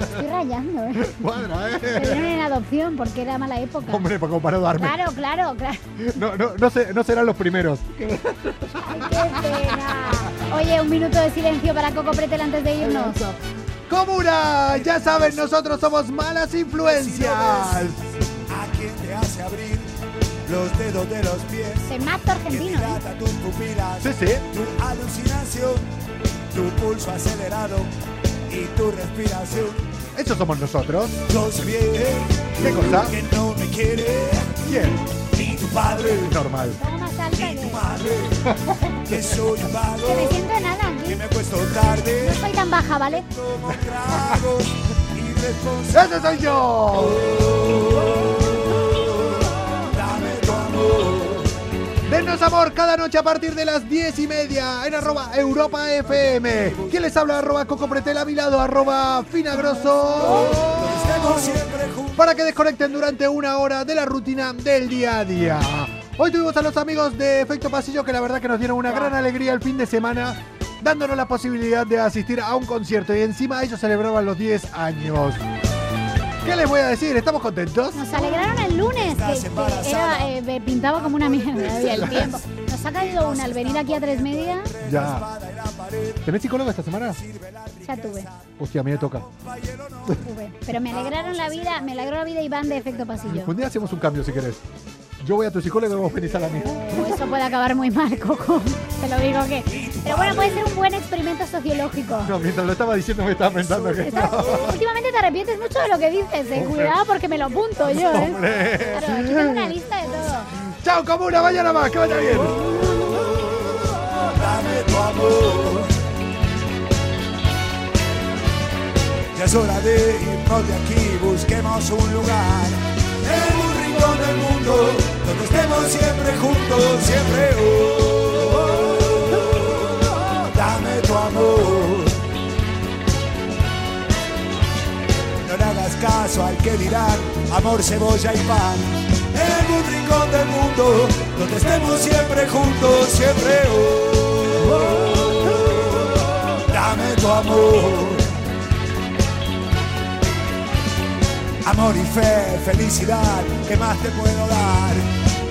estoy rayando, ¿eh?
Cuadra,
Me
¿eh?
dieron en adopción porque era mala época.
Hombre, para compararme.
Claro, claro, claro.
No, no, no, sé- no serán los primeros.
Ay, qué pena. Oye, un minuto de silencio para Coco Pretel antes de irnos.
¡Comuna! Ya saben, nosotros somos malas influencias.
A quien te hace abrir los dedos de los pies.
Temazo
Que
argentino, ¿eh?
dilata tus pupilas.
Sí, sí.
Tu alucinación, tu pulso acelerado y tu respiración.
Eso somos nosotros.
Yo sé bien
¿Qué cosa?
que no me quiere
Bien.
ni tu padre
Normal.
Pongo más alta
ni
que...
tu madre. Que soy un
Que me
vago,
siento nada
que
aquí.
me acuesto tarde.
No soy tan baja, ¿vale?
Como tragos irresponsables.
¡Ese soy yo!
Dame tu amor.
Denos amor cada noche a partir de las 10 y media en arroba Europa FM. ¿Quién les habla? Arroba Coco Pretel a mi lado, arroba Finagroso.
Estemos siempre juntos.
Para que desconecten durante una hora de la rutina del día a día. Hoy tuvimos a los amigos de Efecto Pasillo que la verdad que nos dieron una gran alegría el fin de semana dándonos la posibilidad de asistir a un concierto y encima ellos celebraban los 10 años. ¿Qué les voy a decir? ¿Estamos contentos?
Nos alegraron el lunes, que, que era, eh, me pintaba como una mierda había el tiempo. Nos ha caído una al venir aquí a tres media,
Ya. ¿Tenés psicólogo esta semana?
ya tuve,
Hostia, a mí me toca.
tuve. Pero me alegraron la vida, me alegró la vida Iván de Efecto Pasillo.
Un día hacemos un cambio si querés. Yo voy a tu psicólogo y vos venís a la mía.
O eso puede acabar muy mal, Coco. Te lo digo que. Pero bueno, puede ser un buen experimento sociológico.
No, mientras lo estaba diciendo me estaba pensando que
Estás- Últimamente te arrepientes mucho de lo que dices, eh. Cuidado porque me lo apunto yo, ¿eh? Claro, aquí tengo una lista de todo.
¡Chao, comuna! ¡Mañana más! ¡Que vaya bien!
Dame tu amor. Ya es hora de irnos de aquí, busquemos un lugar en un rincón del mundo donde estemos siempre juntos, siempre. oh, oh, oh, dame tu amor. No le hagas caso al que dirán amor, cebolla y pan. En un rincón del mundo donde estemos siempre juntos, siempre. oh, oh, oh, dame tu amor. Amor y fe, felicidad, ¿qué más te puedo dar?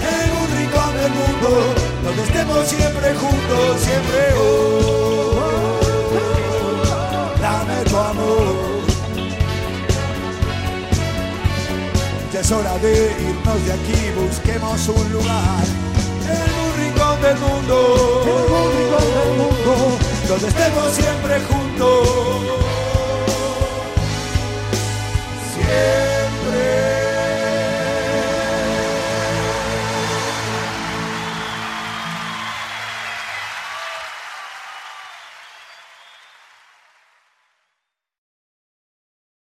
En un rincón del mundo, donde estemos siempre juntos, siempre. oh, oh, oh, dame tu amor. Ya es hora de irnos de aquí, busquemos un lugar. En un rincón del mundo, en un rincón del mundo, donde estemos siempre juntos.